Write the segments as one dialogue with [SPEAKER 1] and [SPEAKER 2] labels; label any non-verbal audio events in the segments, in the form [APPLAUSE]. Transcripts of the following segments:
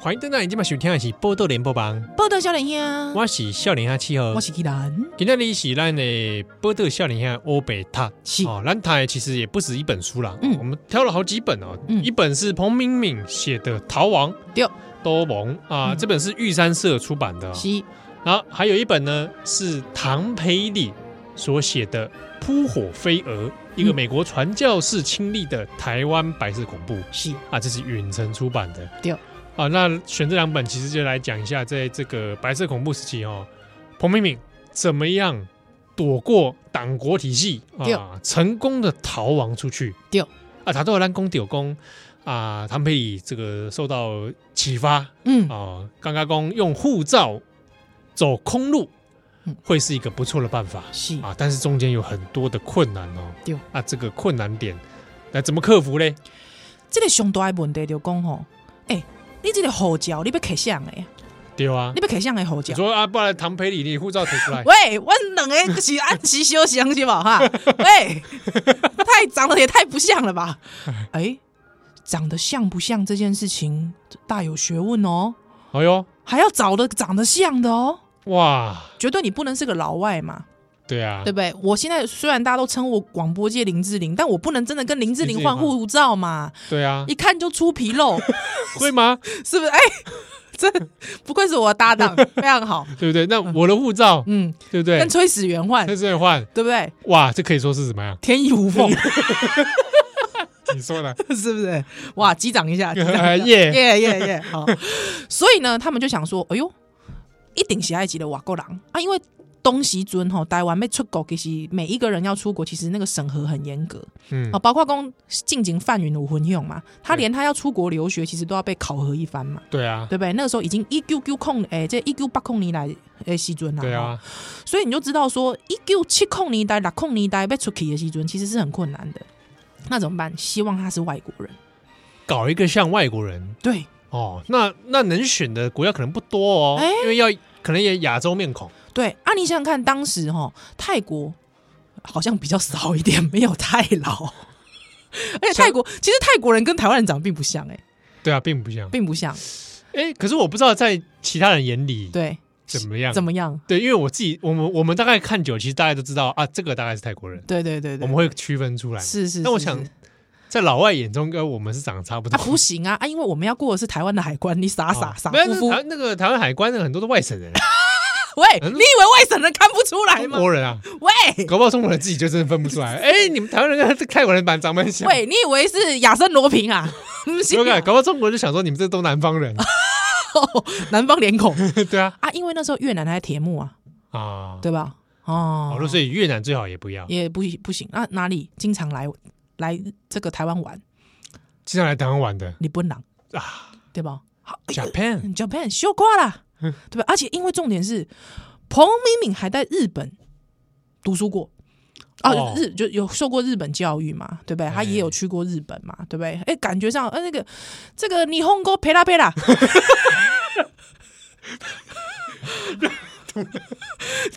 [SPEAKER 1] 欢迎登来，你今晚收听的是《波多连播榜》，
[SPEAKER 2] 报道少年兄，
[SPEAKER 1] 我是笑脸阿七号
[SPEAKER 2] 我。是纪兰，
[SPEAKER 1] 今天你是咱的波特笑脸下欧北塔
[SPEAKER 2] 是
[SPEAKER 1] 哦，蓝台其实也不止一本书啦，
[SPEAKER 2] 嗯
[SPEAKER 1] 我们挑了好几本哦，
[SPEAKER 2] 嗯
[SPEAKER 1] 一本是彭明敏写的《逃亡》，
[SPEAKER 2] 对，
[SPEAKER 1] 多蒙啊，
[SPEAKER 2] 嗯
[SPEAKER 1] 这本是玉山社出版的哦，
[SPEAKER 2] 是
[SPEAKER 1] 然后还有一本呢是唐培里所写的《扑火飞蛾》，一个
[SPEAKER 2] 嗯
[SPEAKER 1] 美国传教士亲历的台湾白色恐怖
[SPEAKER 2] 是，
[SPEAKER 1] 啊，这是远程出版的。
[SPEAKER 2] 对
[SPEAKER 1] 啊，那选这两本其实就来讲一下，在这个白色恐怖时期哦，彭明敏怎么样躲过党国体系
[SPEAKER 2] 对
[SPEAKER 1] 啊，成功的逃亡出去。
[SPEAKER 2] 对
[SPEAKER 1] 啊，他都兰公丢公啊，唐培里这个受到启发，
[SPEAKER 2] 嗯，
[SPEAKER 1] 哦，刚刚讲用护照走空路
[SPEAKER 2] 嗯
[SPEAKER 1] 会是一个不错的办法
[SPEAKER 2] 是
[SPEAKER 1] 啊，但是中间有很多的困难哦。
[SPEAKER 2] 对
[SPEAKER 1] 啊，这个困难点，那怎么克服嘞？
[SPEAKER 2] 这个上大的问题就讲吼，诶，你这个护照你要摕上诶，
[SPEAKER 1] 对啊
[SPEAKER 2] 你，要哎摕上诶护
[SPEAKER 1] 你
[SPEAKER 2] 照。。
[SPEAKER 1] 说啊，不然唐培里，你护照提出来
[SPEAKER 2] 喂，我们两个是按时休息是吧？ [LAUGHS] 哈，喂，太长得也太不像了吧？哎、长得像不像这件事情大有学问哦，
[SPEAKER 1] 哎呦，
[SPEAKER 2] 还要找的长得像的哦，
[SPEAKER 1] 哇，
[SPEAKER 2] 绝对你不能是个老外嘛，
[SPEAKER 1] 对啊
[SPEAKER 2] 对，不对？我现在虽然大家都称我广播界林志玲，但我不能真的跟林志
[SPEAKER 1] 林
[SPEAKER 2] 玲
[SPEAKER 1] 志玲
[SPEAKER 2] 换护照嘛，
[SPEAKER 1] 对啊，
[SPEAKER 2] 一看就出纰漏，
[SPEAKER 1] 会吗？
[SPEAKER 2] 是不是？哎、真的不愧是我的搭档，非常好，
[SPEAKER 1] 对不对？那我的护照，
[SPEAKER 2] 嗯，
[SPEAKER 1] 对不对
[SPEAKER 2] 跟？崔始源换，
[SPEAKER 1] 那这样换，
[SPEAKER 2] 对不对？？
[SPEAKER 1] 哇，这可以说是怎么样
[SPEAKER 2] 天衣无缝。
[SPEAKER 1] 你说
[SPEAKER 2] [LAUGHS]
[SPEAKER 1] 呢？
[SPEAKER 2] 是不是？哇，击掌
[SPEAKER 1] [LAUGHS]
[SPEAKER 2] 一下，击掌一
[SPEAKER 1] 哎
[SPEAKER 2] 下
[SPEAKER 1] 耶，
[SPEAKER 2] 耶耶耶！好，所以呢，他们就想说，哎呦，一定是埃及的瓦国人啊，因为东西尊吼，台湾被出国，其实每一个人要出国，其实那个审核很严格
[SPEAKER 1] 嗯
[SPEAKER 2] 啊，，包括公进京贩运武魂用嘛，他
[SPEAKER 1] 对
[SPEAKER 2] 连他要出国留学，其实都要被考核一番嘛，
[SPEAKER 1] 对啊，
[SPEAKER 2] 对不对？那个时候已经一九九控，哎、这一九八控年来诶西尊啦，
[SPEAKER 1] 对
[SPEAKER 2] 吼，
[SPEAKER 1] 啊，
[SPEAKER 2] 所以你就知道说，一九七控年代、六控年代被出去的西尊，其实是很困难的。那怎么办？希望他是外国人，
[SPEAKER 1] 搞一个像外国人，
[SPEAKER 2] 对。
[SPEAKER 1] 哦，那那能选的国家可能不多哦，
[SPEAKER 2] 哎
[SPEAKER 1] 因为要可能也亚洲面孔，
[SPEAKER 2] 对啊，你想想看，当时哈泰国好像比较少一点， [LAUGHS] 没有太老， [LAUGHS] 而且泰国其实泰国人跟台湾人长得并不像、欸，哎，
[SPEAKER 1] 对啊，并不像。
[SPEAKER 2] 并不像，
[SPEAKER 1] 哎，可是我不知道在其他人眼里
[SPEAKER 2] 对，
[SPEAKER 1] 怎么样，
[SPEAKER 2] 怎么样？
[SPEAKER 1] 对，因为我自己，我们我们大概看久，其实大家都知道啊，这个大概是泰国人，
[SPEAKER 2] 对对对
[SPEAKER 1] 我
[SPEAKER 2] 对
[SPEAKER 1] 们，会区分出来。
[SPEAKER 2] 是是是，
[SPEAKER 1] 那我
[SPEAKER 2] 是
[SPEAKER 1] 想在老外眼中，跟我们是长得差不
[SPEAKER 2] 啊，
[SPEAKER 1] 多。
[SPEAKER 2] 不行啊啊，因为我们要过的是台湾的海关，你傻傻
[SPEAKER 1] 哦
[SPEAKER 2] 傻
[SPEAKER 1] 没有
[SPEAKER 2] 乎乎，
[SPEAKER 1] 那台那个台湾海关的很多都外省人，
[SPEAKER 2] 喂，
[SPEAKER 1] 嗯
[SPEAKER 2] 你以为外省人看不出来
[SPEAKER 1] 中
[SPEAKER 2] 吗？
[SPEAKER 1] 国人
[SPEAKER 2] [LAUGHS]
[SPEAKER 1] 啊，
[SPEAKER 2] 喂
[SPEAKER 1] 搞不好中国人自己就真的分不出来。哎，你们台湾人跟泰国人蛮长蛮像，
[SPEAKER 2] 喂，你以为是亚森罗平啊？ [LAUGHS] 不行
[SPEAKER 1] 对不对？
[SPEAKER 2] 啊，
[SPEAKER 1] 搞不好中国人就想说你们这都南方人，
[SPEAKER 2] 南方脸孔
[SPEAKER 1] [LAUGHS] 对啊，
[SPEAKER 2] 啊，因为那时候越南还在铁幕啊，
[SPEAKER 1] 啊，
[SPEAKER 2] [LAUGHS] 对吧？哦
[SPEAKER 1] 好，所以越南最好也不要。
[SPEAKER 2] 也不不行啊，哪里经常来来这个台湾玩，
[SPEAKER 1] 经常来台湾玩
[SPEAKER 2] [LAUGHS]
[SPEAKER 1] 的
[SPEAKER 2] 日本人
[SPEAKER 1] 啊
[SPEAKER 2] 对吧？好哎呦
[SPEAKER 1] ，Japan，
[SPEAKER 2] Japan 羞夸啦，对吧？而且因为重点是彭明敏还在日本读书过。啊
[SPEAKER 1] 哦，
[SPEAKER 2] 日就有受过日本教育嘛，对不对？
[SPEAKER 1] 哎
[SPEAKER 2] 他也有去过日本嘛，对不对？哎，感觉上，呃，那个这个霓虹沟陪啦陪 [LAUGHS] 啦，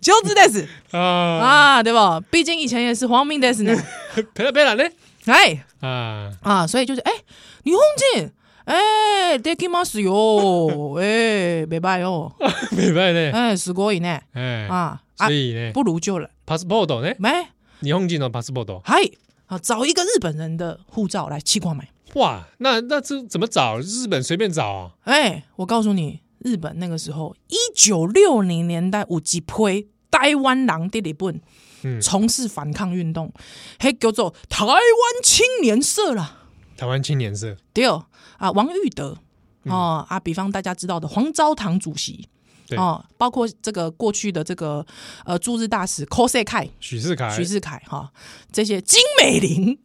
[SPEAKER 2] 就是这是
[SPEAKER 1] 啊，
[SPEAKER 2] [LAUGHS] 啊，对吧？毕竟以前也是皇民的
[SPEAKER 1] [LAUGHS]
[SPEAKER 2] 是呢，
[SPEAKER 1] 陪了陪了嘞
[SPEAKER 2] 哎，
[SPEAKER 1] 啊， [LAUGHS]
[SPEAKER 2] 啊，所以就是哎，霓虹镜，哎，deki mas 哟，哎，没拜哟，
[SPEAKER 1] 明白
[SPEAKER 2] [LAUGHS]
[SPEAKER 1] 嘞，
[SPEAKER 2] 哎，すごいね，
[SPEAKER 1] 哎，
[SPEAKER 2] 啊啊
[SPEAKER 1] 所，以呢
[SPEAKER 2] 不如就了，
[SPEAKER 1] ，passport 呢，
[SPEAKER 2] 没，
[SPEAKER 1] 霓虹镜的哦 passport，
[SPEAKER 2] 嗨，啊，找一个日本人的护照来气矿买，
[SPEAKER 1] 哇，那那这怎么找？日本随便找啊，
[SPEAKER 2] 哎，我告诉你，日本那个时候一九六零年代有一批台湾人在日本
[SPEAKER 1] 嗯
[SPEAKER 2] 从事反抗运动，嘿，叫做台湾青年社啦。
[SPEAKER 1] 台湾青年社
[SPEAKER 2] 对哦啊，王玉德
[SPEAKER 1] 嗯
[SPEAKER 2] 哦、啊，比方大家知道的黄昭堂主席
[SPEAKER 1] 对
[SPEAKER 2] 哦，包括这个过去的这个呃驻日大使 cos 凯、
[SPEAKER 1] 许世凯、
[SPEAKER 2] 徐世凯哈、这些金美玲、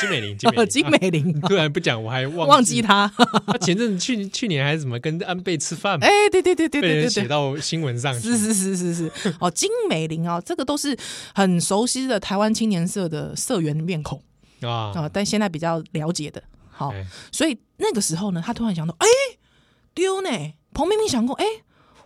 [SPEAKER 1] 金美
[SPEAKER 2] [LAUGHS]
[SPEAKER 1] 玲、金美玲
[SPEAKER 2] 金
[SPEAKER 1] 啊
[SPEAKER 2] 美玲、
[SPEAKER 1] 突然不讲，我还 [LAUGHS] 忘
[SPEAKER 2] 忘记他，
[SPEAKER 1] 他前阵子去去年还是怎么跟安倍吃饭，
[SPEAKER 2] [LAUGHS] 哎、对对对对
[SPEAKER 1] 被
[SPEAKER 2] 对
[SPEAKER 1] 人
[SPEAKER 2] 对
[SPEAKER 1] 写
[SPEAKER 2] 对。
[SPEAKER 1] 到新闻上去
[SPEAKER 2] 是。是是是是，哦，金美玲哦，这个都是很熟悉的台湾青年社的社员面孔啊、
[SPEAKER 1] 啊，
[SPEAKER 2] 但现在比较了解的，好、
[SPEAKER 1] 哎
[SPEAKER 2] 所以那个时候呢，他突然想到，哎、丢呢！彭明明想过，哎、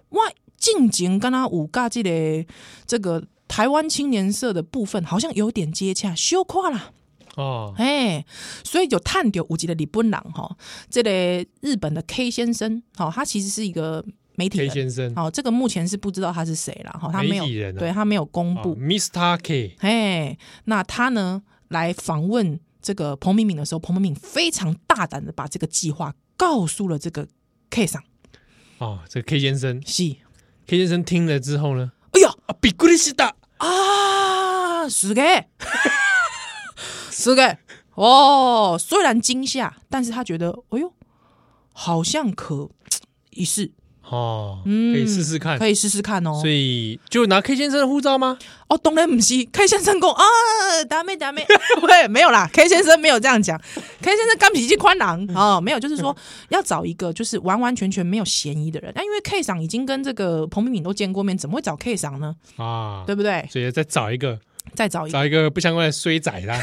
[SPEAKER 2] 我近前跟他有甲这个这个台湾青年社的部分好像有点接洽，羞夸啦， [LAUGHS]
[SPEAKER 1] 哦，
[SPEAKER 2] 哎，所以有探究五级的李本朗哈，这类、日本的 K 先生，哦，他其实是一个媒体
[SPEAKER 1] K
[SPEAKER 2] 人，
[SPEAKER 1] 先生，
[SPEAKER 2] 哦，这个目前是不知道他是谁了，哈、他没有，
[SPEAKER 1] 媒体人啊
[SPEAKER 2] 对他没有公
[SPEAKER 1] 哦
[SPEAKER 2] 布，
[SPEAKER 1] ，Mr. K，
[SPEAKER 2] 哎，那他呢来访问这个彭敏敏的时候，彭敏敏非常大胆的把这个计划告诉了这个 K 上，
[SPEAKER 1] 哦，这个 K 先生
[SPEAKER 2] 是，
[SPEAKER 1] ，K 先生听了之后呢，
[SPEAKER 2] 哎呀
[SPEAKER 1] 啊，比古里西达，
[SPEAKER 2] 啊，是 [LAUGHS] 的，是的，哦，虽然惊吓，但是他觉得，哎呦，好像可一试，
[SPEAKER 1] 哦，
[SPEAKER 2] 嗯
[SPEAKER 1] 可以试试看。
[SPEAKER 2] 可以试试看哦。
[SPEAKER 1] 所以就拿 K 先生的护照吗？
[SPEAKER 2] 哦，当然不是，K 先生讲啊，达咩达咩， [LAUGHS] 喂，没有啦，K 先生没有这样讲，K 先生刚脾气
[SPEAKER 1] [LAUGHS]
[SPEAKER 2] 宽朗哦，没有，就是说要找一个就是完完全全没有嫌疑的人，但因为 K 赏已经跟这个彭敏敏都见过面，怎么会找 K 赏呢？
[SPEAKER 1] 啊，
[SPEAKER 2] 对不对？
[SPEAKER 1] 所以再找一个，
[SPEAKER 2] 再找一个，
[SPEAKER 1] 找一个不相关的衰仔啦。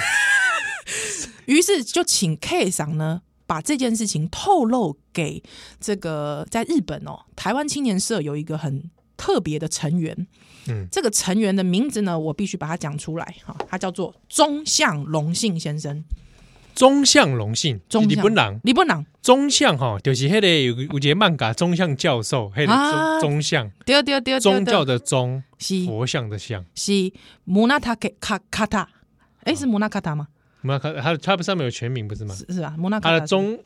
[SPEAKER 2] 于是就请 K 赏呢把这件事情透露给这个在日本哦，台湾青年社有一个很特别的成员，
[SPEAKER 1] 嗯，
[SPEAKER 2] 这个成员的名字呢，我必须把它讲出来哈、他叫做中向隆信先生。
[SPEAKER 1] 中向荣幸，
[SPEAKER 2] 中
[SPEAKER 1] 日
[SPEAKER 2] 向
[SPEAKER 1] 本人
[SPEAKER 2] 李本朗，
[SPEAKER 1] 中向哈，就是迄个有有一个漫画中向教授，迄个
[SPEAKER 2] 啊
[SPEAKER 1] 中中向
[SPEAKER 2] 对对哦对对，
[SPEAKER 1] 宗
[SPEAKER 2] 对
[SPEAKER 1] 教的宗，
[SPEAKER 2] 是
[SPEAKER 1] 佛像的像。
[SPEAKER 2] 是穆纳塔克卡卡塔，哎，是穆纳卡塔吗？
[SPEAKER 1] 我们看他他不上面有全名不是吗？
[SPEAKER 2] 是是吧？穆纳卡
[SPEAKER 1] 他
[SPEAKER 2] 塔
[SPEAKER 1] 的中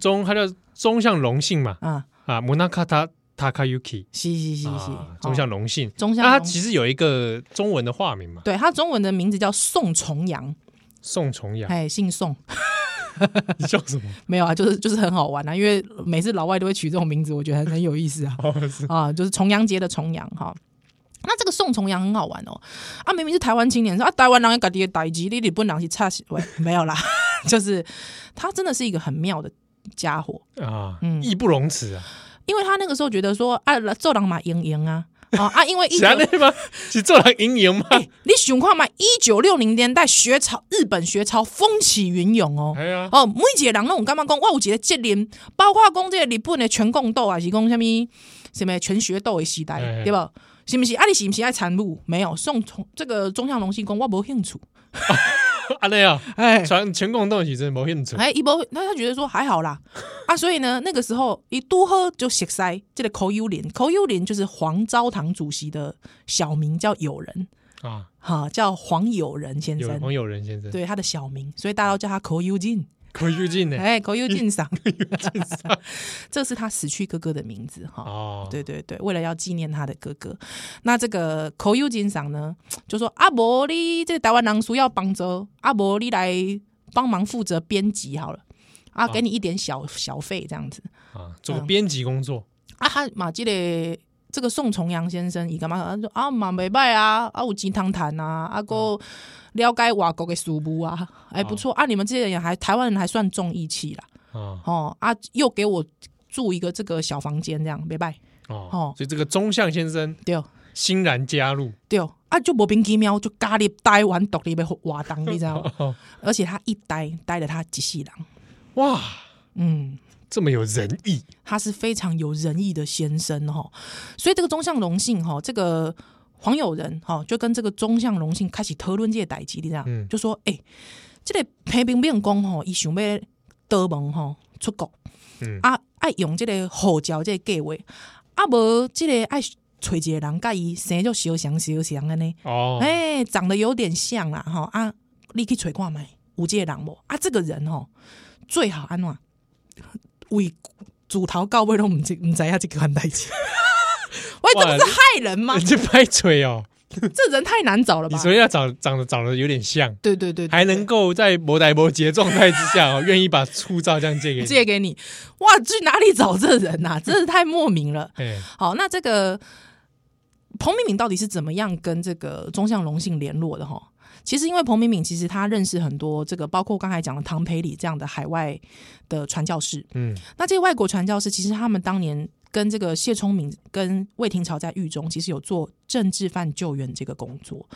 [SPEAKER 1] 中，他叫中向荣幸嘛
[SPEAKER 2] 是啊，
[SPEAKER 1] 啊，Munakata Takayuki，
[SPEAKER 2] 是是是是
[SPEAKER 1] 啊，中向
[SPEAKER 2] 哦
[SPEAKER 1] 荣幸。
[SPEAKER 2] 中
[SPEAKER 1] 那他
[SPEAKER 2] 向龙，
[SPEAKER 1] 其实有一个中文的化名嘛，
[SPEAKER 2] 对他中文的名字叫宋重阳，
[SPEAKER 1] 宋重阳，
[SPEAKER 2] 哎，姓宋，
[SPEAKER 1] 你叫什
[SPEAKER 2] [LAUGHS]
[SPEAKER 1] 么？
[SPEAKER 2] 没有啊，就是就是很好玩啊，因为每次老外都会取这种名字，我觉得很很有意思啊。
[SPEAKER 1] 哦，是
[SPEAKER 2] 啊，就是重阳节的重阳哈。那这个宋重阳很好玩哦，啊，明明是台湾青年，说啊，台湾人的家己的代志，你日本人是差死喂，没有啦， [LAUGHS] 就是他真的是一个很妙的家伙，
[SPEAKER 1] 啊，
[SPEAKER 2] 嗯
[SPEAKER 1] 义不容辞啊，
[SPEAKER 2] 因为他那个时候觉得说啊，做人嘛赢赢啊，哦啊，因为
[SPEAKER 1] [LAUGHS]
[SPEAKER 2] 一
[SPEAKER 1] 是
[SPEAKER 2] 九
[SPEAKER 1] 安尼吗？是做人营营吗？
[SPEAKER 2] 你想看嘛，一九六零年代学潮，日本学潮风起云涌哦。
[SPEAKER 1] 哎呀，
[SPEAKER 2] 哦，每一个人拢有感觉讲，我有一个责任，包括讲这个日本的全共斗啊，是讲什么什么全学斗的时代，
[SPEAKER 1] 哎哎
[SPEAKER 2] 对吧？是不是？啊，你是不是爱参与？没有，宋从这个中向龙信公，我无兴趣。
[SPEAKER 1] 安尼啊，
[SPEAKER 2] 哎
[SPEAKER 1] 全全共斗是真无兴趣
[SPEAKER 2] 哎，伊无，那他觉得说还好啦，啊，所以呢，那个时候一拄好就熟悉这个口友林，口友林就是黄昭堂主席的小名叫友人，
[SPEAKER 1] 啊。
[SPEAKER 2] 哈、叫黄友人先
[SPEAKER 1] 有
[SPEAKER 2] 生，
[SPEAKER 1] 网友人先生，
[SPEAKER 2] 哎对他的小名，所以大家都叫他口友进。
[SPEAKER 1] 可以进呢。
[SPEAKER 2] 哎，口又敬赏， [LAUGHS] 这是他死去哥哥的名字哈。
[SPEAKER 1] 哦，
[SPEAKER 2] 对对对，为了要纪念他的哥哥，那这个口又敬赏呢，就说阿伯、不你这台湾狼叔要帮着阿伯、不你来帮忙负责编辑好了，啊，给你一点小小费这样子。
[SPEAKER 1] 啊，做个编辑工作，
[SPEAKER 2] 啊，他马基嘞，这个宋重阳先生，伊干嘛？他说啊，嘛袂歹啊，啊有钱通谈啊，啊个了解外国的事务啊，哎、不错啊，你们这些人还台湾人还算重义气啦。
[SPEAKER 1] 啊
[SPEAKER 2] 哦啊，又给我住一个这个小房间，这样拜拜。
[SPEAKER 1] 哦
[SPEAKER 2] 哦，
[SPEAKER 1] 所以这个中相先生
[SPEAKER 2] 对
[SPEAKER 1] 欣然加入，
[SPEAKER 2] 对，啊，就莫名其妙就加入台湾独立的活动，你知道
[SPEAKER 1] [LAUGHS]
[SPEAKER 2] 吗？
[SPEAKER 1] 哦
[SPEAKER 2] 而且他一待待了他几世人，
[SPEAKER 1] 哇，
[SPEAKER 2] 嗯，
[SPEAKER 1] 这么有仁义
[SPEAKER 2] 他是非常有仁义的先生哦，所以这个中向荣幸哦，这个。黄友仁哈、哦，就跟这个中向荣幸开始讨论这个代志，你知道吗？
[SPEAKER 1] 嗯
[SPEAKER 2] 就说哎、欸这个裴冰冰讲吼，哦伊想要德门吼出国，
[SPEAKER 1] 嗯
[SPEAKER 2] 啊爱用这个护照这个计划，啊无这个爱找一个人甲伊生就相像相像安尼，
[SPEAKER 1] 哦，
[SPEAKER 2] 哎、长得有点像啦吼啊，你去找看觅有这个人无啊，这个人吼最好安怎为主头到尾拢毋知毋知影即款代
[SPEAKER 1] [LAUGHS]
[SPEAKER 2] 志。喂，这不是害人吗？
[SPEAKER 1] 这拍锤
[SPEAKER 2] [LAUGHS]
[SPEAKER 1] 哦，
[SPEAKER 2] 这人太难找了
[SPEAKER 1] 你
[SPEAKER 2] 吧？
[SPEAKER 1] 所以要长长得长得有点像，
[SPEAKER 2] 对对对，对
[SPEAKER 1] 还能够在摩代摩节状态之下哦，愿意把护照这样借给你，
[SPEAKER 2] 借给你。哇，去哪里找这人呐、真是太莫名了。
[SPEAKER 1] 哎，
[SPEAKER 2] 好，那这个彭敏敏到底是怎么样跟这个中向荣幸联络的哈？其实，因为彭敏敏其实她认识很多这个，包括刚才讲的唐培礼这样的海外的传教士。
[SPEAKER 1] 嗯，
[SPEAKER 2] 那这些外国传教士，其实他们当年跟这个谢聪明跟魏廷朝在狱中，其实有做政治犯救援这个工作，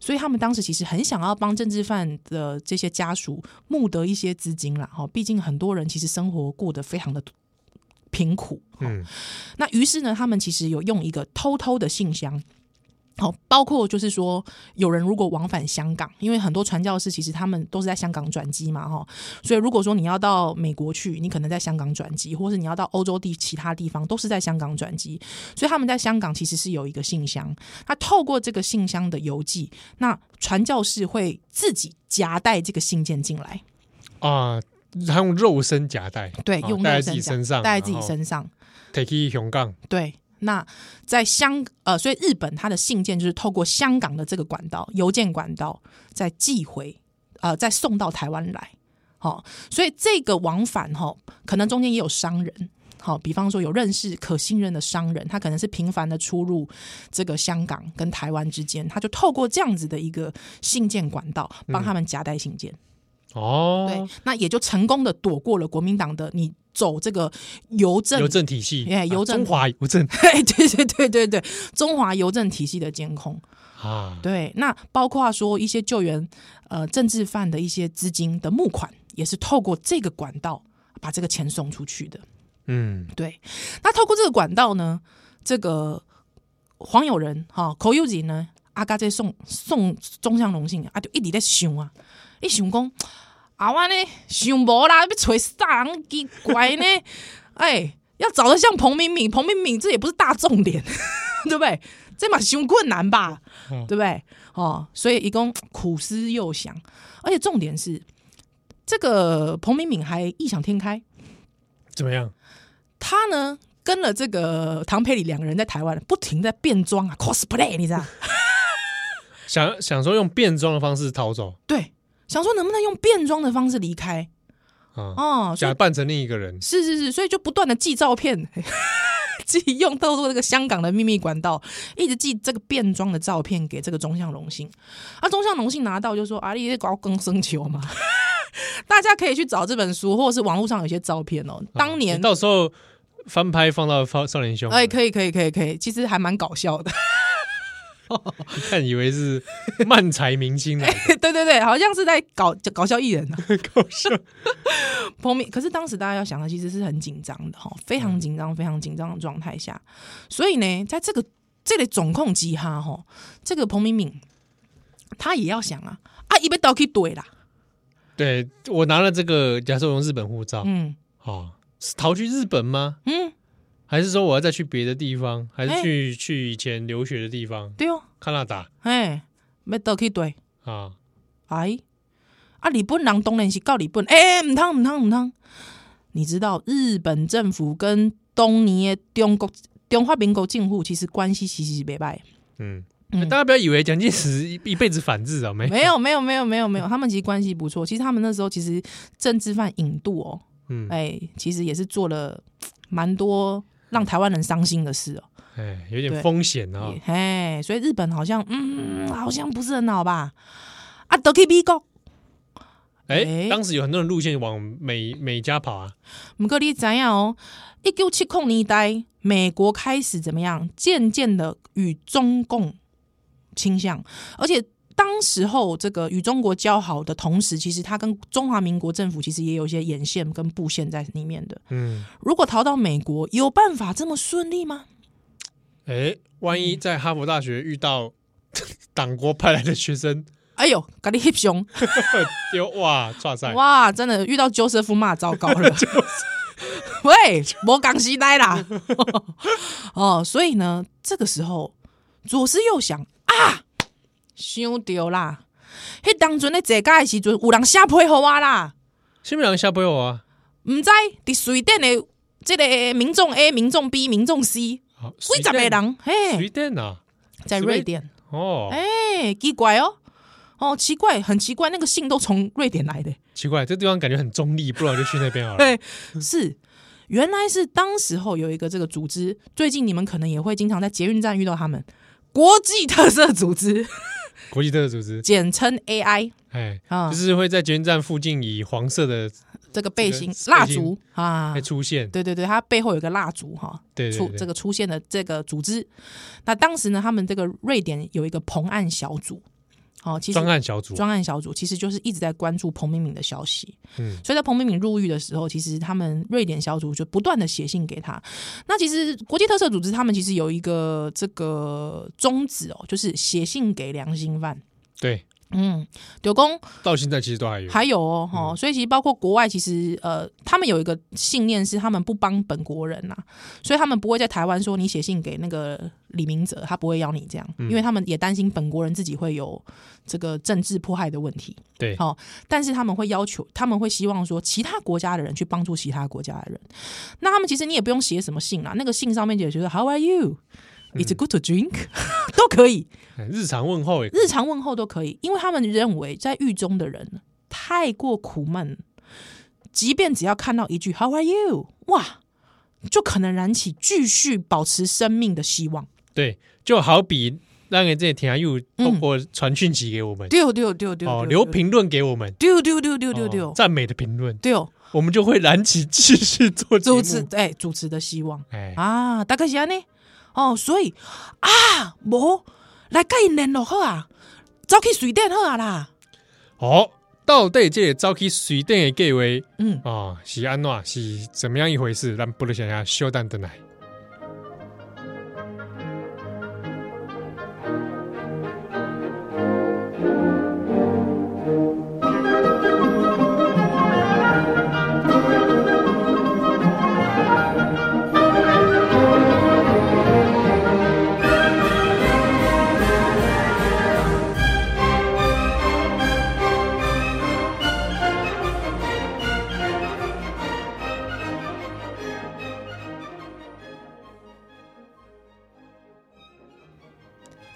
[SPEAKER 2] 所以他们当时其实很想要帮政治犯的这些家属募得一些资金啦。哈，毕竟很多人其实生活过得非常的贫苦。
[SPEAKER 1] 嗯，
[SPEAKER 2] 那于是呢，他们其实有用一个偷偷的信箱，好，包括就是说，有人如果往返香港，因为很多传教士其实他们都是在香港转机嘛，哈，所以如果说你要到美国去，你可能在香港转机，或是你要到欧洲地其他地方，都是在香港转机，所以他们在香港其实是有一个信箱，那透过这个信箱的邮寄，那传教士会自己夹带这个信件进来，
[SPEAKER 1] 啊，他用肉身夹带，
[SPEAKER 2] 对，
[SPEAKER 1] 啊
[SPEAKER 2] 用
[SPEAKER 1] 带在
[SPEAKER 2] 肉
[SPEAKER 1] 自己
[SPEAKER 2] 身
[SPEAKER 1] 身上，
[SPEAKER 2] 带在自己
[SPEAKER 1] 然后
[SPEAKER 2] 身上，
[SPEAKER 1] take 去熊杠，
[SPEAKER 2] 对，那在香呃，所以日本它的信件就是透过香港的这个管道，邮件管道再寄回，呃，再送到台湾来。好、所以这个往返哈、可能中间也有商人。好、比方说有认识可信任的商人，他可能是频繁的出入这个香港跟台湾之间，他就透过这样子的一个信件管道，帮他们夹带信件。
[SPEAKER 1] 嗯哦
[SPEAKER 2] 对，，那也就成功的躲过了国民党的你走这个邮政
[SPEAKER 1] 邮政体系，
[SPEAKER 2] 哎邮
[SPEAKER 1] 啊
[SPEAKER 2] 政
[SPEAKER 1] 中华邮
[SPEAKER 2] [LAUGHS]
[SPEAKER 1] 政
[SPEAKER 2] 对对对对对对，中华邮政体系的监控。
[SPEAKER 1] 啊，
[SPEAKER 2] 对，那包括说一些救援呃政治犯的一些资金的募款，也是透过这个管道把这个钱送出去的。
[SPEAKER 1] 嗯，
[SPEAKER 2] 对，那透过这个管道呢，这个黄友仁哈口有己呢，啊阿嘎在送送中向荣幸啊，就一直在想啊，一想讲啊，我呢想无啦，要找啥人奇怪呢？ [LAUGHS] 哎，要找的像彭明敏，彭明敏这也不是大重点， [LAUGHS] 对不对？这嘛熊困难吧，
[SPEAKER 1] 嗯
[SPEAKER 2] 对不对？哦，所以一共苦思又想，而且重点是这个彭明敏还异想天开，
[SPEAKER 1] 怎么样？
[SPEAKER 2] 他呢跟了这个唐培里两个人在台湾不停在变装啊 cosplay，你知道？
[SPEAKER 1] 想想说用变装的方式逃走
[SPEAKER 2] 对，想说能不能用变装的方式离开
[SPEAKER 1] 啊，
[SPEAKER 2] 哦，所以
[SPEAKER 1] 假扮成另一个人，
[SPEAKER 2] 是是是，所以就不断的寄照片， [LAUGHS] 寄用透过这个香港的秘密管道，一直寄这个变装的照片给这个中向荣幸。啊，中向荣幸拿到就说：“啊，你也搞更生球嘛。” [LAUGHS] 大家可以去找这本书，或者是网络上有些照片哦。
[SPEAKER 1] 啊
[SPEAKER 2] 当年
[SPEAKER 1] 你到时候翻拍放到少少年兄，
[SPEAKER 2] 哎、
[SPEAKER 1] 哎，
[SPEAKER 2] 可以可以可以可以，其实还蛮搞笑的。
[SPEAKER 1] 一看以为
[SPEAKER 2] [LAUGHS]
[SPEAKER 1] 是漫才明星来的，
[SPEAKER 2] 对对对，好像是在搞搞笑艺人啊。
[SPEAKER 1] [LAUGHS] 搞
[SPEAKER 2] [LAUGHS]
[SPEAKER 1] 笑，
[SPEAKER 2] 彭明，可是当时大家要想的其实是很紧张的哈，非常
[SPEAKER 1] 嗯
[SPEAKER 2] 紧张、非常紧张的状态下，所以呢，在这个这类总控机哈哈，这个彭明敏他也要想啊啊，一被倒去怼啦，
[SPEAKER 1] 对我拿了这个，假设我用日本护照
[SPEAKER 2] 嗯
[SPEAKER 1] 啊，是逃去日本吗？
[SPEAKER 2] 嗯，
[SPEAKER 1] 还是说我要再去别的地方，还是
[SPEAKER 2] 哎
[SPEAKER 1] 去、去以前留学的地方，
[SPEAKER 2] 对哦，
[SPEAKER 1] 加拿大
[SPEAKER 2] 哎，要倒去怼，
[SPEAKER 1] 啊？
[SPEAKER 2] 哎，啊，日本人当然是告日本，哎、唔通唔通唔通，你知道日本政府跟当年的中国中华民国政府其实关系其实是袂歹。
[SPEAKER 1] 嗯，
[SPEAKER 2] 嗯
[SPEAKER 1] 大家不要以为蒋介石一一辈子反日啊，没
[SPEAKER 2] 没，有没有没有没有没有，他们其实关系不错。其实他们那时候其实政治犯引渡哦，
[SPEAKER 1] 嗯，哎、
[SPEAKER 2] 哎、其实也是做了蛮多让台湾人伤心的事哦。
[SPEAKER 1] 哎有点
[SPEAKER 2] 对
[SPEAKER 1] 风险啊，
[SPEAKER 2] 哎、所以日本好像嗯，好像不是很好吧？啊，都去美国，
[SPEAKER 1] 哎、
[SPEAKER 2] 哎
[SPEAKER 1] 当时有很多人路线往美美加跑啊，
[SPEAKER 2] 不过你怎样哦？一九七零年代，美国开始怎么样？渐渐的与中共倾向，而且当时候这个与中国交好的同时，其实它跟中华民国政府其实也有一些眼线跟布线在里面的。
[SPEAKER 1] 嗯，
[SPEAKER 2] 如果逃到美国，有办法这么顺利吗？
[SPEAKER 1] 哎、万
[SPEAKER 2] 嗯
[SPEAKER 1] 一在哈佛大学遇到 [LAUGHS] 党国派来的学生，
[SPEAKER 2] 哎呦，咖喱 hip 熊，
[SPEAKER 1] 丢哇，抓塞，
[SPEAKER 2] 哇，真的遇到 Joseph 骂糟
[SPEAKER 1] [LAUGHS]
[SPEAKER 2] 糕了。 [LAUGHS] 喂，我港西呆啦。 [LAUGHS] 哦，所以呢，这个时候左思右想啊，想丢啦。迄当阵咧坐驾的时阵，有人写批给我啦，
[SPEAKER 1] 新北人下不我啊，
[SPEAKER 2] 毋知伫瑞典的即个民众 A、民众 B、民众 C，
[SPEAKER 1] 好，
[SPEAKER 2] 几十个人，嘿，
[SPEAKER 1] 随便啊，
[SPEAKER 2] 在瑞典。
[SPEAKER 1] 哦，
[SPEAKER 2] 哎、奇怪哦，哦，奇怪，很奇怪，那个信都从瑞典来的。
[SPEAKER 1] 奇怪，这地方感觉很中立，不然我就去那边
[SPEAKER 2] [LAUGHS]
[SPEAKER 1] 好了，
[SPEAKER 2] 对，
[SPEAKER 1] 嗯
[SPEAKER 2] 是，原来是当时候有一个这个组织，最近你们可能也会经常在捷运站遇到他们，国际特色组
[SPEAKER 1] [LAUGHS]
[SPEAKER 2] 织，
[SPEAKER 1] 国际特色组织，
[SPEAKER 2] 简称 AI
[SPEAKER 1] 哎、
[SPEAKER 2] 啊，
[SPEAKER 1] 就是会在捷运站附近以黄色的
[SPEAKER 2] 这个背心
[SPEAKER 1] 背心
[SPEAKER 2] 蜡烛啊
[SPEAKER 1] 会。出现，
[SPEAKER 2] 对对对，它背后有一个蜡烛哈，
[SPEAKER 1] 对对
[SPEAKER 2] 出
[SPEAKER 1] 对，
[SPEAKER 2] 这个出现的这个组织。那当时呢，他们这个瑞典有一个彭案小组，好、其实
[SPEAKER 1] 专案小组，
[SPEAKER 2] 专案小组其实就是一直在关注彭明敏的消息，
[SPEAKER 1] 嗯
[SPEAKER 2] 所以在彭明敏入狱的时候，其实他们瑞典小组就不断的写信给他。那其实国际特赦组织他们其实有一个这个宗旨哦，就是写信给良心犯。
[SPEAKER 1] 对，
[SPEAKER 2] 嗯，柳工
[SPEAKER 1] 到现在其实都还有，
[SPEAKER 2] 还有哦，哈、所以其实包括国外，其实呃，他们有一个信念是他们不帮本国人呐、所以他们不会在台湾说你写信给那个李明哲，他不会要你这样，因为他们也担心本国人自己会有这个政治迫害的问题。
[SPEAKER 1] 对
[SPEAKER 2] 好、但是他们会要求，他们会希望说其他国家的人去帮助其他国家的人。那他们其实你也不用写什么信啦，那个信上面就觉得 How are you? It's good to drink，、都 [LAUGHS] 可以。
[SPEAKER 1] 哎日常问候也
[SPEAKER 2] 日常问候都可以，因为他们认为在狱中的人太过苦闷，即便只要看到一句 “How are you”，哇，就可能燃起继续保持生命的希望。
[SPEAKER 1] 对，就好比让人这听啊又通过传讯息给我们，
[SPEAKER 2] 丢丢丢丢
[SPEAKER 1] 哦，留，评论给我们，
[SPEAKER 2] 丢丢丢丢丢
[SPEAKER 1] 哦
[SPEAKER 2] 丢
[SPEAKER 1] 赞美的评论，
[SPEAKER 2] 丢，
[SPEAKER 1] 我们就会燃起继续做节目
[SPEAKER 2] 主持哎主持的希望
[SPEAKER 1] 哎，
[SPEAKER 2] 啊，大概是安尼哦，所以啊，无来甲因联络好啊，走去水电好啊啦，
[SPEAKER 1] 好，到底这个早起水电的计划
[SPEAKER 2] 嗯。
[SPEAKER 1] 哦，是安怎是怎么样一回事？咱不如想下休蛋的来。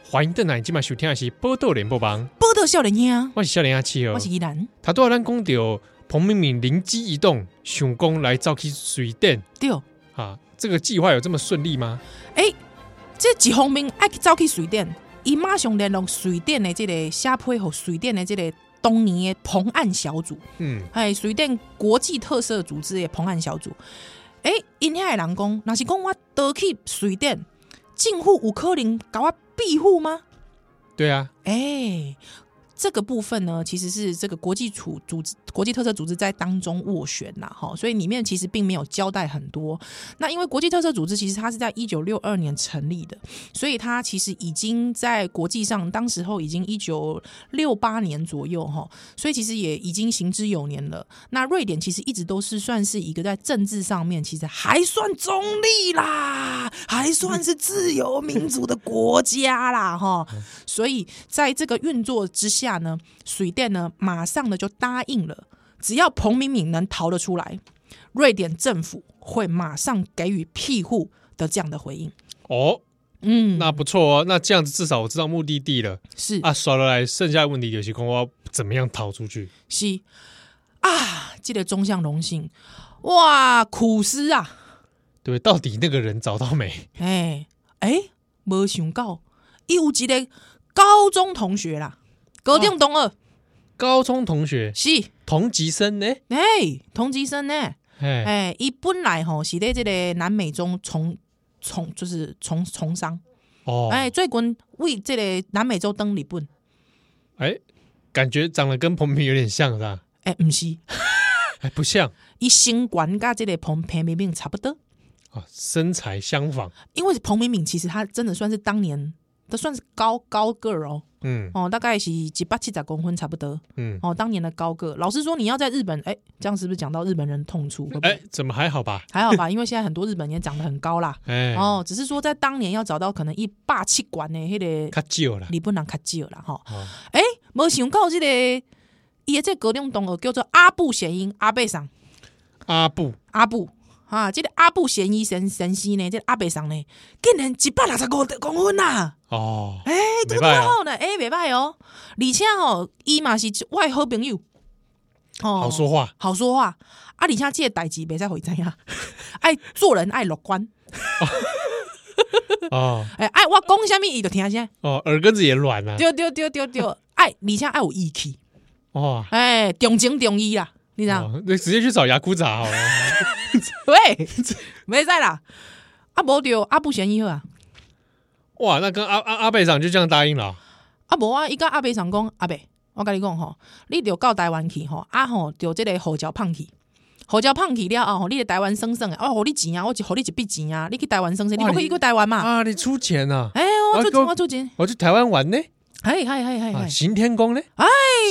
[SPEAKER 1] 欢迎邓来，今晚收听的是《波豆联播榜》，
[SPEAKER 2] 报道少年兄，
[SPEAKER 1] 我是少年阿七哦
[SPEAKER 2] 我。是依兰，
[SPEAKER 1] 他都要咱讲到彭明敏灵机一动，想讲来早起水电
[SPEAKER 2] 对。
[SPEAKER 1] 啊，这个计划有这么顺利吗？
[SPEAKER 2] 这一方面爱去走去水电，伊马上联络水电的这个下配和水电的这个当年的彭案小组，
[SPEAKER 1] 嗯，
[SPEAKER 2] 还有水电国际特色组织的彭案小组。诶，因遐的人讲，若是讲我倒去水电，政府有可能甲我庇护吗？
[SPEAKER 1] 对啊，
[SPEAKER 2] 诶，哎这个部分呢，其实是这个国际处组织、国际特色组织在当中斡旋啦，哈，所以里面其实并没有交代很多。那因为国际特色组织其实它是在一九六二年成立的，所以它其实已经在国际上，当时候已经一九六八年左右哈，所以其实也已经行之有年了。那瑞典其实一直都是算是一个在政治上面其实还算中立啦，还算是自由民主的国家啦哈。所以在这个运作之下呢，水电呢马上呢就答应了，只要彭明敏能逃得出来，瑞典政府会马上给予庇护的这样的回应。
[SPEAKER 1] 哦，
[SPEAKER 2] 嗯，
[SPEAKER 1] 那不错哦，那这样子至少我知道目的地了
[SPEAKER 2] 是
[SPEAKER 1] 啊。耍了来，剩下的问题有些空，我要怎么样逃出去？
[SPEAKER 2] 是啊，记得中向荣幸，哇，苦思啊，
[SPEAKER 1] 对，到底那个人找到没？
[SPEAKER 2] 哎哎，没想到，伊有一个高中同学啦，高中同学、
[SPEAKER 1] [LAUGHS] 高中同学
[SPEAKER 2] 是
[SPEAKER 1] 同级生呢？
[SPEAKER 2] 哎，同级生呢、
[SPEAKER 1] 哎，
[SPEAKER 2] 哎，伊本来吼是咧即个南美中从从就是从从商，
[SPEAKER 1] 哦，
[SPEAKER 2] 哎、最近为即个南美洲登日本，
[SPEAKER 1] 哎，感觉长得跟彭明敏有点像是吧？
[SPEAKER 2] 哎、毋是，
[SPEAKER 1] 哎，不像
[SPEAKER 2] 伊身悬甲即个彭彭明敏差不多，
[SPEAKER 1] 啊，身材相仿。
[SPEAKER 2] 因为彭明敏其实他真的算是当年，他算是高高个儿哦，
[SPEAKER 1] 嗯
[SPEAKER 2] 哦，大概是一百七十公分差不多，
[SPEAKER 1] 嗯，
[SPEAKER 2] 哦，当年的高个儿。老实说，你要在日本，哎、这样是不是讲到日本人痛处？会不会？
[SPEAKER 1] 哎，怎么还好吧？
[SPEAKER 2] 还好吧，因为现在很多日本人也长得很高啦，
[SPEAKER 1] [LAUGHS] 哎，
[SPEAKER 2] 哦，只是说在当年要找到可能一霸气管的迄、那个
[SPEAKER 1] 较旧了。
[SPEAKER 2] 日本人较少啦，吼。
[SPEAKER 1] 哦
[SPEAKER 2] 诶，无想到这个伊的这个高中同学叫做阿布贤英阿贝上
[SPEAKER 1] 阿布，
[SPEAKER 2] 阿布啊，这个阿布贤英先先生呢，这个阿贝上呢，竟然一百六十五公分啊！
[SPEAKER 1] 哦，
[SPEAKER 2] 诶，这
[SPEAKER 1] 袂
[SPEAKER 2] 个
[SPEAKER 1] 歹哦
[SPEAKER 2] 多好呢，诶，袂歹哦，而且哦，伊嘛是我的好朋友，哦
[SPEAKER 1] 好说话
[SPEAKER 2] 好说话啊，而且这个代志袂使回知啊， [LAUGHS] 爱做人爱乐观，
[SPEAKER 1] 哦
[SPEAKER 2] 诶，爱我讲啥物伊就听啥，
[SPEAKER 1] 哦，耳根子也软了
[SPEAKER 2] 对对对对对，爱而且爱有义气，
[SPEAKER 1] 哇！
[SPEAKER 2] 诶，重情重义啦，你知道？
[SPEAKER 1] 哦那直接去找牙箍仔好了。
[SPEAKER 2] [LAUGHS] 喂，没在啦。啊，无着啊，不嫌伊好啊。
[SPEAKER 1] 哇，那跟阿阿阿贝长就这样答应了
[SPEAKER 2] 啊无啊，伊甲阿伯上讲，阿伯，我甲你讲吼，你着到台湾去吼，啊吼，着即个胡椒胖去。胡椒胖去了后，吼，你来台湾省省的，哦，互你钱啊，我就互你一笔钱啊，你去台湾省省，你
[SPEAKER 1] 哇
[SPEAKER 2] 不可以
[SPEAKER 1] 你
[SPEAKER 2] 去台湾嘛？
[SPEAKER 1] 啊，你出钱啊？
[SPEAKER 2] 哎、
[SPEAKER 1] 啊
[SPEAKER 2] 我出
[SPEAKER 1] 跟
[SPEAKER 2] 钱，
[SPEAKER 1] 我
[SPEAKER 2] 我出钱，
[SPEAKER 1] 我去台湾玩呢，
[SPEAKER 2] 嘿，嘿，嘿，嘿，
[SPEAKER 1] 啊，
[SPEAKER 2] 嘿，
[SPEAKER 1] 行天宫呢，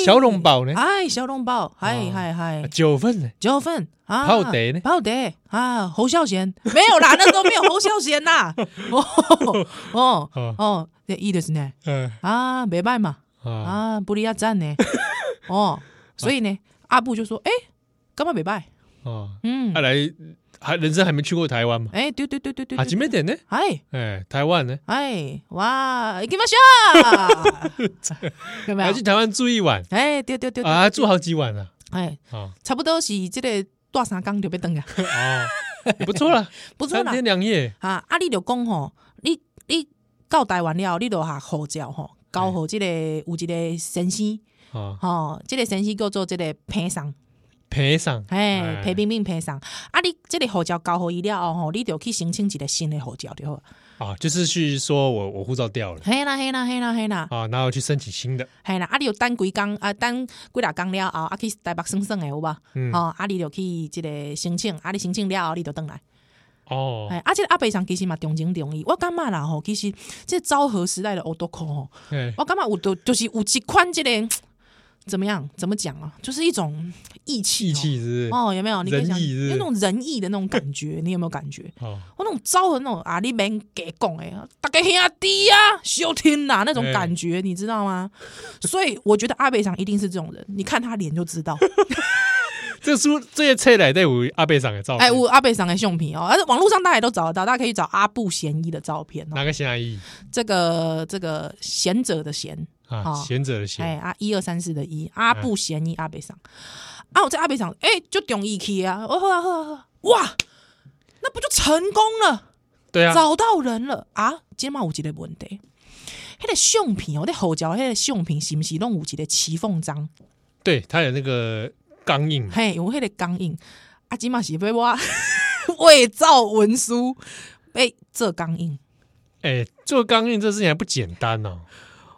[SPEAKER 1] 小笼包呢，
[SPEAKER 2] 哎，小笼包，嗨嗨
[SPEAKER 1] 啊
[SPEAKER 2] 嗨，
[SPEAKER 1] 九份呢，
[SPEAKER 2] 九份啊，
[SPEAKER 1] 泡茶呢
[SPEAKER 2] 泡茶啊，侯孝贤没有啦，那时候没有侯孝贤呐， [LAUGHS] 哦哦
[SPEAKER 1] 哦
[SPEAKER 2] 哦，这いいですね，
[SPEAKER 1] 呃
[SPEAKER 2] 啊，没办嘛，
[SPEAKER 1] 啊，
[SPEAKER 2] 啊，不利亚赞
[SPEAKER 1] [LAUGHS]
[SPEAKER 2] 呢，哦，所以呢，阿布就说，哎，干嘛没办？
[SPEAKER 1] 哦，
[SPEAKER 2] 嗯
[SPEAKER 1] 啊，来，还人生还没去过台湾嘛？
[SPEAKER 2] 哎，对对对对对，
[SPEAKER 1] 啊，几
[SPEAKER 2] 对
[SPEAKER 1] 没点呢？
[SPEAKER 2] 哎
[SPEAKER 1] 哎，台湾呢，
[SPEAKER 2] 哎，哇，行き
[SPEAKER 1] [LAUGHS]
[SPEAKER 2] ましょう，有没
[SPEAKER 1] 要
[SPEAKER 2] 有
[SPEAKER 1] 去？台湾住一晚
[SPEAKER 2] 哎，对对对，对
[SPEAKER 1] 啊，住好几晚啊，
[SPEAKER 2] 哎， [LAUGHS]
[SPEAKER 1] 啊，
[SPEAKER 2] 差不多是这个大三缸就要等啊，
[SPEAKER 1] 哦，也不错啦，
[SPEAKER 2] [LAUGHS] 不错
[SPEAKER 1] 三
[SPEAKER 2] 啦。
[SPEAKER 1] 天两夜，
[SPEAKER 2] 啊，啊，你就讲吼，你你到台湾了，你就下护照吼，
[SPEAKER 1] 哎
[SPEAKER 2] 交互即个有一个先生
[SPEAKER 1] 啊，
[SPEAKER 2] 吼，即、个先生叫做即个平上，
[SPEAKER 1] 赔上，
[SPEAKER 2] 哎
[SPEAKER 1] 哎，
[SPEAKER 2] 裴冰冰平上。啊，你即个护照交互伊了后吼，你就去申请一个新的护照就好。
[SPEAKER 1] 啊，就是去说我我护照掉了
[SPEAKER 2] 嘿啦嘿啦嘿啦嘿啦
[SPEAKER 1] 啊，然后去申请新的，
[SPEAKER 2] 嘿啦，啊，你就等几工啊，等几若工了后，啊去台北算算的有无？
[SPEAKER 1] 嗯，
[SPEAKER 2] 哦，啊，你就去即个申请，啊，你申请了后，你就倒来。
[SPEAKER 1] 哦，
[SPEAKER 2] 哎，啊，即个阿伯上其实嘛重情重义，我感觉啦吼，其实即个昭和时代的欧多口吼。
[SPEAKER 1] 哎，
[SPEAKER 2] 我感觉有就就是有一款这个怎么样？怎么讲啊？就是一种义气、
[SPEAKER 1] 义。气是不是，
[SPEAKER 2] 哦，有没有？你可以想
[SPEAKER 1] 仁义是不是
[SPEAKER 2] 有那种仁义的那种感觉，你有没有感觉？
[SPEAKER 1] 哦，
[SPEAKER 2] 我那种招的那种啊，你免给讲哎，大家兄弟啊，休天呐、那种感觉，你知道吗？ [LAUGHS] 所以我觉得阿贝上一定是这种人，你看他脸就知道。
[SPEAKER 1] 这书这些册内底有阿贝上的照片，
[SPEAKER 2] 哎，我阿贝上的相片哦，而且网络上大家也都找得到，大家可以找阿布贤一的照片哦。
[SPEAKER 1] 哪个贤阿姨
[SPEAKER 2] 这个这个贤者的贤，
[SPEAKER 1] 啊？
[SPEAKER 2] 哦
[SPEAKER 1] 贤者的贤
[SPEAKER 2] 哎啊，一二三四的一，阿布嫌疑阿北上，啊，我在阿北上，哎、就中意去啊，我喝啊喝啊喝啊，哇，那不就成功了，
[SPEAKER 1] 对啊，
[SPEAKER 2] 找到人了啊！今嘛有一个问题，迄、个相片哦，那后脚迄个相片是不是拢有一个骑缝章？
[SPEAKER 1] 对他有那个钢印嘛，
[SPEAKER 2] 嘿，有迄个钢印，啊，今嘛是被我 [LAUGHS] 伪造文书被做钢印。
[SPEAKER 1] 哎，做钢印这事情还不简单哦，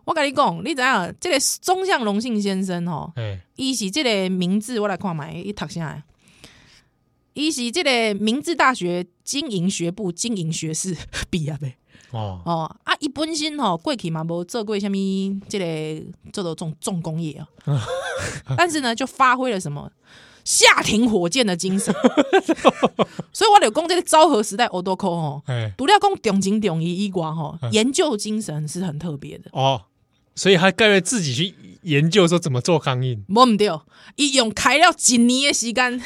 [SPEAKER 2] 我跟你讲，你知影，这个中向荣信先生吼、
[SPEAKER 1] 哎，
[SPEAKER 2] 伊是即个明治，我来看觅伊读啥的？伊是即个明治大学经营学部经营学士 [LAUGHS] 毕业的
[SPEAKER 1] 哦，
[SPEAKER 2] 哦啊，伊本身吼、过去嘛无做过虾物即个做到重重工业
[SPEAKER 1] [LAUGHS]
[SPEAKER 2] 啊，但是呢就发挥了什么夏廷火箭的精神，
[SPEAKER 1] [LAUGHS]
[SPEAKER 2] 所以我就讲这个昭和时代欧多科吼，
[SPEAKER 1] 哎，
[SPEAKER 2] 除了讲重情重义以外吼
[SPEAKER 1] 嗯，
[SPEAKER 2] 研究精神是很特别的。
[SPEAKER 1] 哦，所以他盖瑞自己去研究说怎么做钢印，
[SPEAKER 2] 无毋对，伊用开了一年的时间。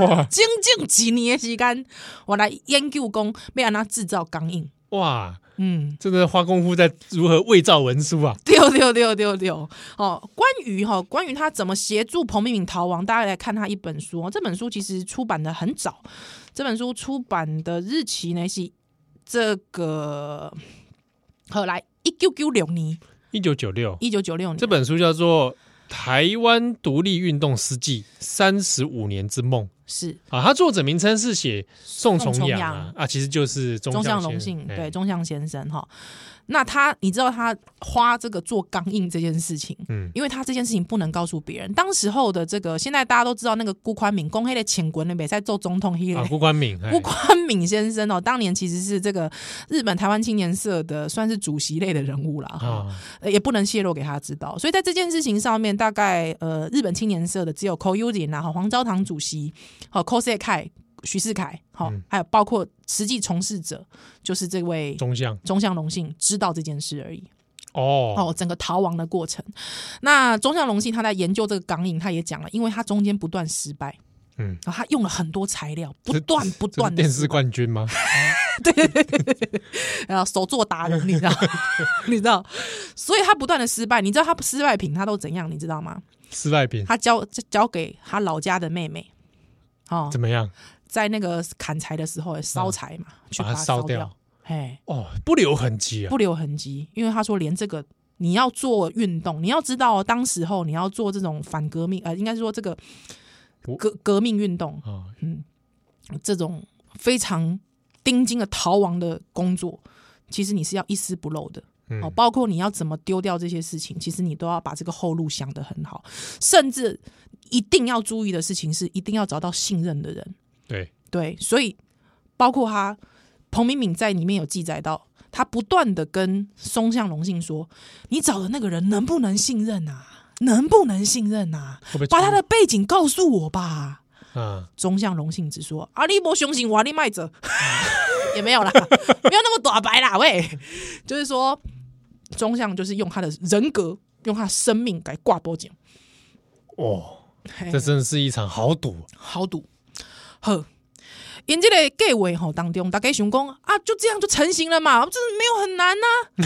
[SPEAKER 1] 哇
[SPEAKER 2] [LAUGHS] 整整一年的时间，我来研究讲要安怎制造钢印。
[SPEAKER 1] 哇，
[SPEAKER 2] 嗯，
[SPEAKER 1] 真的花功夫在如何伪造文书啊，
[SPEAKER 2] 对对对对对。哦，关于哈、关于他怎么协助彭明敏逃亡，大家来看他一本书、哦。这本书其实出版的很早，这本书出版的日期呢是这个后来一九九六年，
[SPEAKER 1] 一九九六
[SPEAKER 2] 一九九六年。
[SPEAKER 1] 这本书叫做《台湾独立运动史记：三十五年之梦》。
[SPEAKER 2] 是
[SPEAKER 1] 啊，他作者名称是写宋
[SPEAKER 2] 宋
[SPEAKER 1] 重
[SPEAKER 2] 重
[SPEAKER 1] 阳啊
[SPEAKER 2] 阳，
[SPEAKER 1] 啊，其实就是
[SPEAKER 2] 中
[SPEAKER 1] 向
[SPEAKER 2] 向荣
[SPEAKER 1] 先
[SPEAKER 2] 幸，
[SPEAKER 1] 哎
[SPEAKER 2] 对中向先生哈。那他，你知道他花这个做钢印这件事情，
[SPEAKER 1] 嗯，
[SPEAKER 2] 因为他这件事情不能告诉别人。当时候的这个，现在大家都知道那个辜宽敏，公黑的前滚的美在做总统黑
[SPEAKER 1] 啊，
[SPEAKER 2] 人。
[SPEAKER 1] 辜冠敏，哎
[SPEAKER 2] 辜宽敏先生哦，当年其实是这个日本台湾青年社的算是主席类的人物啦，哈、
[SPEAKER 1] 啊，
[SPEAKER 2] 呃也不能泄露给他知道。所以在这件事情上面，大概呃日本青年社的只有 Ko Yuzin 啊，哈黄昭堂主席，好 Ko s e k a 徐世凯，好、
[SPEAKER 1] 嗯
[SPEAKER 2] 还有包括实际从事者，就是这位
[SPEAKER 1] 中向
[SPEAKER 2] 中向荣幸知道这件事而已。
[SPEAKER 1] 哦，
[SPEAKER 2] 哦，整个逃亡的过程。那中向隆信他在研究这个港影，他也讲了，因为他中间不断失败，
[SPEAKER 1] 嗯，
[SPEAKER 2] 然后他用了很多材料，不
[SPEAKER 1] 这
[SPEAKER 2] 断不
[SPEAKER 1] 这是
[SPEAKER 2] 断的
[SPEAKER 1] 电视冠军
[SPEAKER 2] [LAUGHS]
[SPEAKER 1] 吗？
[SPEAKER 2] 然后手作达人，你知道， [LAUGHS] 你知道，所以他不断的失败，你知道他失败品他都怎样，你知道吗？
[SPEAKER 1] 失败品
[SPEAKER 2] 他交交给他老家的妹妹，哦
[SPEAKER 1] 怎，么样？
[SPEAKER 2] 在那个砍柴的时候烧柴嘛，去
[SPEAKER 1] 把它
[SPEAKER 2] 它
[SPEAKER 1] 烧
[SPEAKER 2] 掉
[SPEAKER 1] 掉，
[SPEAKER 2] 哎，
[SPEAKER 1] 哦，不留痕迹啊，
[SPEAKER 2] 不留痕迹，因为他说连这个你要做运动，你要知道、哦、当时候你要做这种反革命，呃，应该是说这个
[SPEAKER 1] 我
[SPEAKER 2] 革革命运动
[SPEAKER 1] 啊，
[SPEAKER 2] 这种非常盯紧的逃亡的工作，其实你是要一丝不漏的，
[SPEAKER 1] 嗯
[SPEAKER 2] 哦，包括你要怎么丢掉这些事情，其实你都要把这个后路想得很好，甚至一定要注意的事情是，一定要找到信任的人。
[SPEAKER 1] 对，
[SPEAKER 2] 对，所以包括他彭敏敏在里面有记载到，他不断的跟松下隆信说：“你找的那个人能不能信任啊？能不能信任啊？
[SPEAKER 1] 会不会
[SPEAKER 2] 把他
[SPEAKER 1] 冲
[SPEAKER 2] 的背景告诉我吧。”
[SPEAKER 1] 啊？
[SPEAKER 2] 中向荣幸只说：“啊阿力波雄心，瓦力卖者 [LAUGHS] 也没有啦，没有那么短白啦，喂，就是说中向就是用他的人格，用他的生命来挂波奖，
[SPEAKER 1] 哦，
[SPEAKER 2] 嘿
[SPEAKER 1] 这真的是一场豪赌，
[SPEAKER 2] 豪赌。呵，因这个计划吼当中，大家想讲啊，就这样就成型了嘛，这没有很
[SPEAKER 1] [LAUGHS]
[SPEAKER 2] 难呐、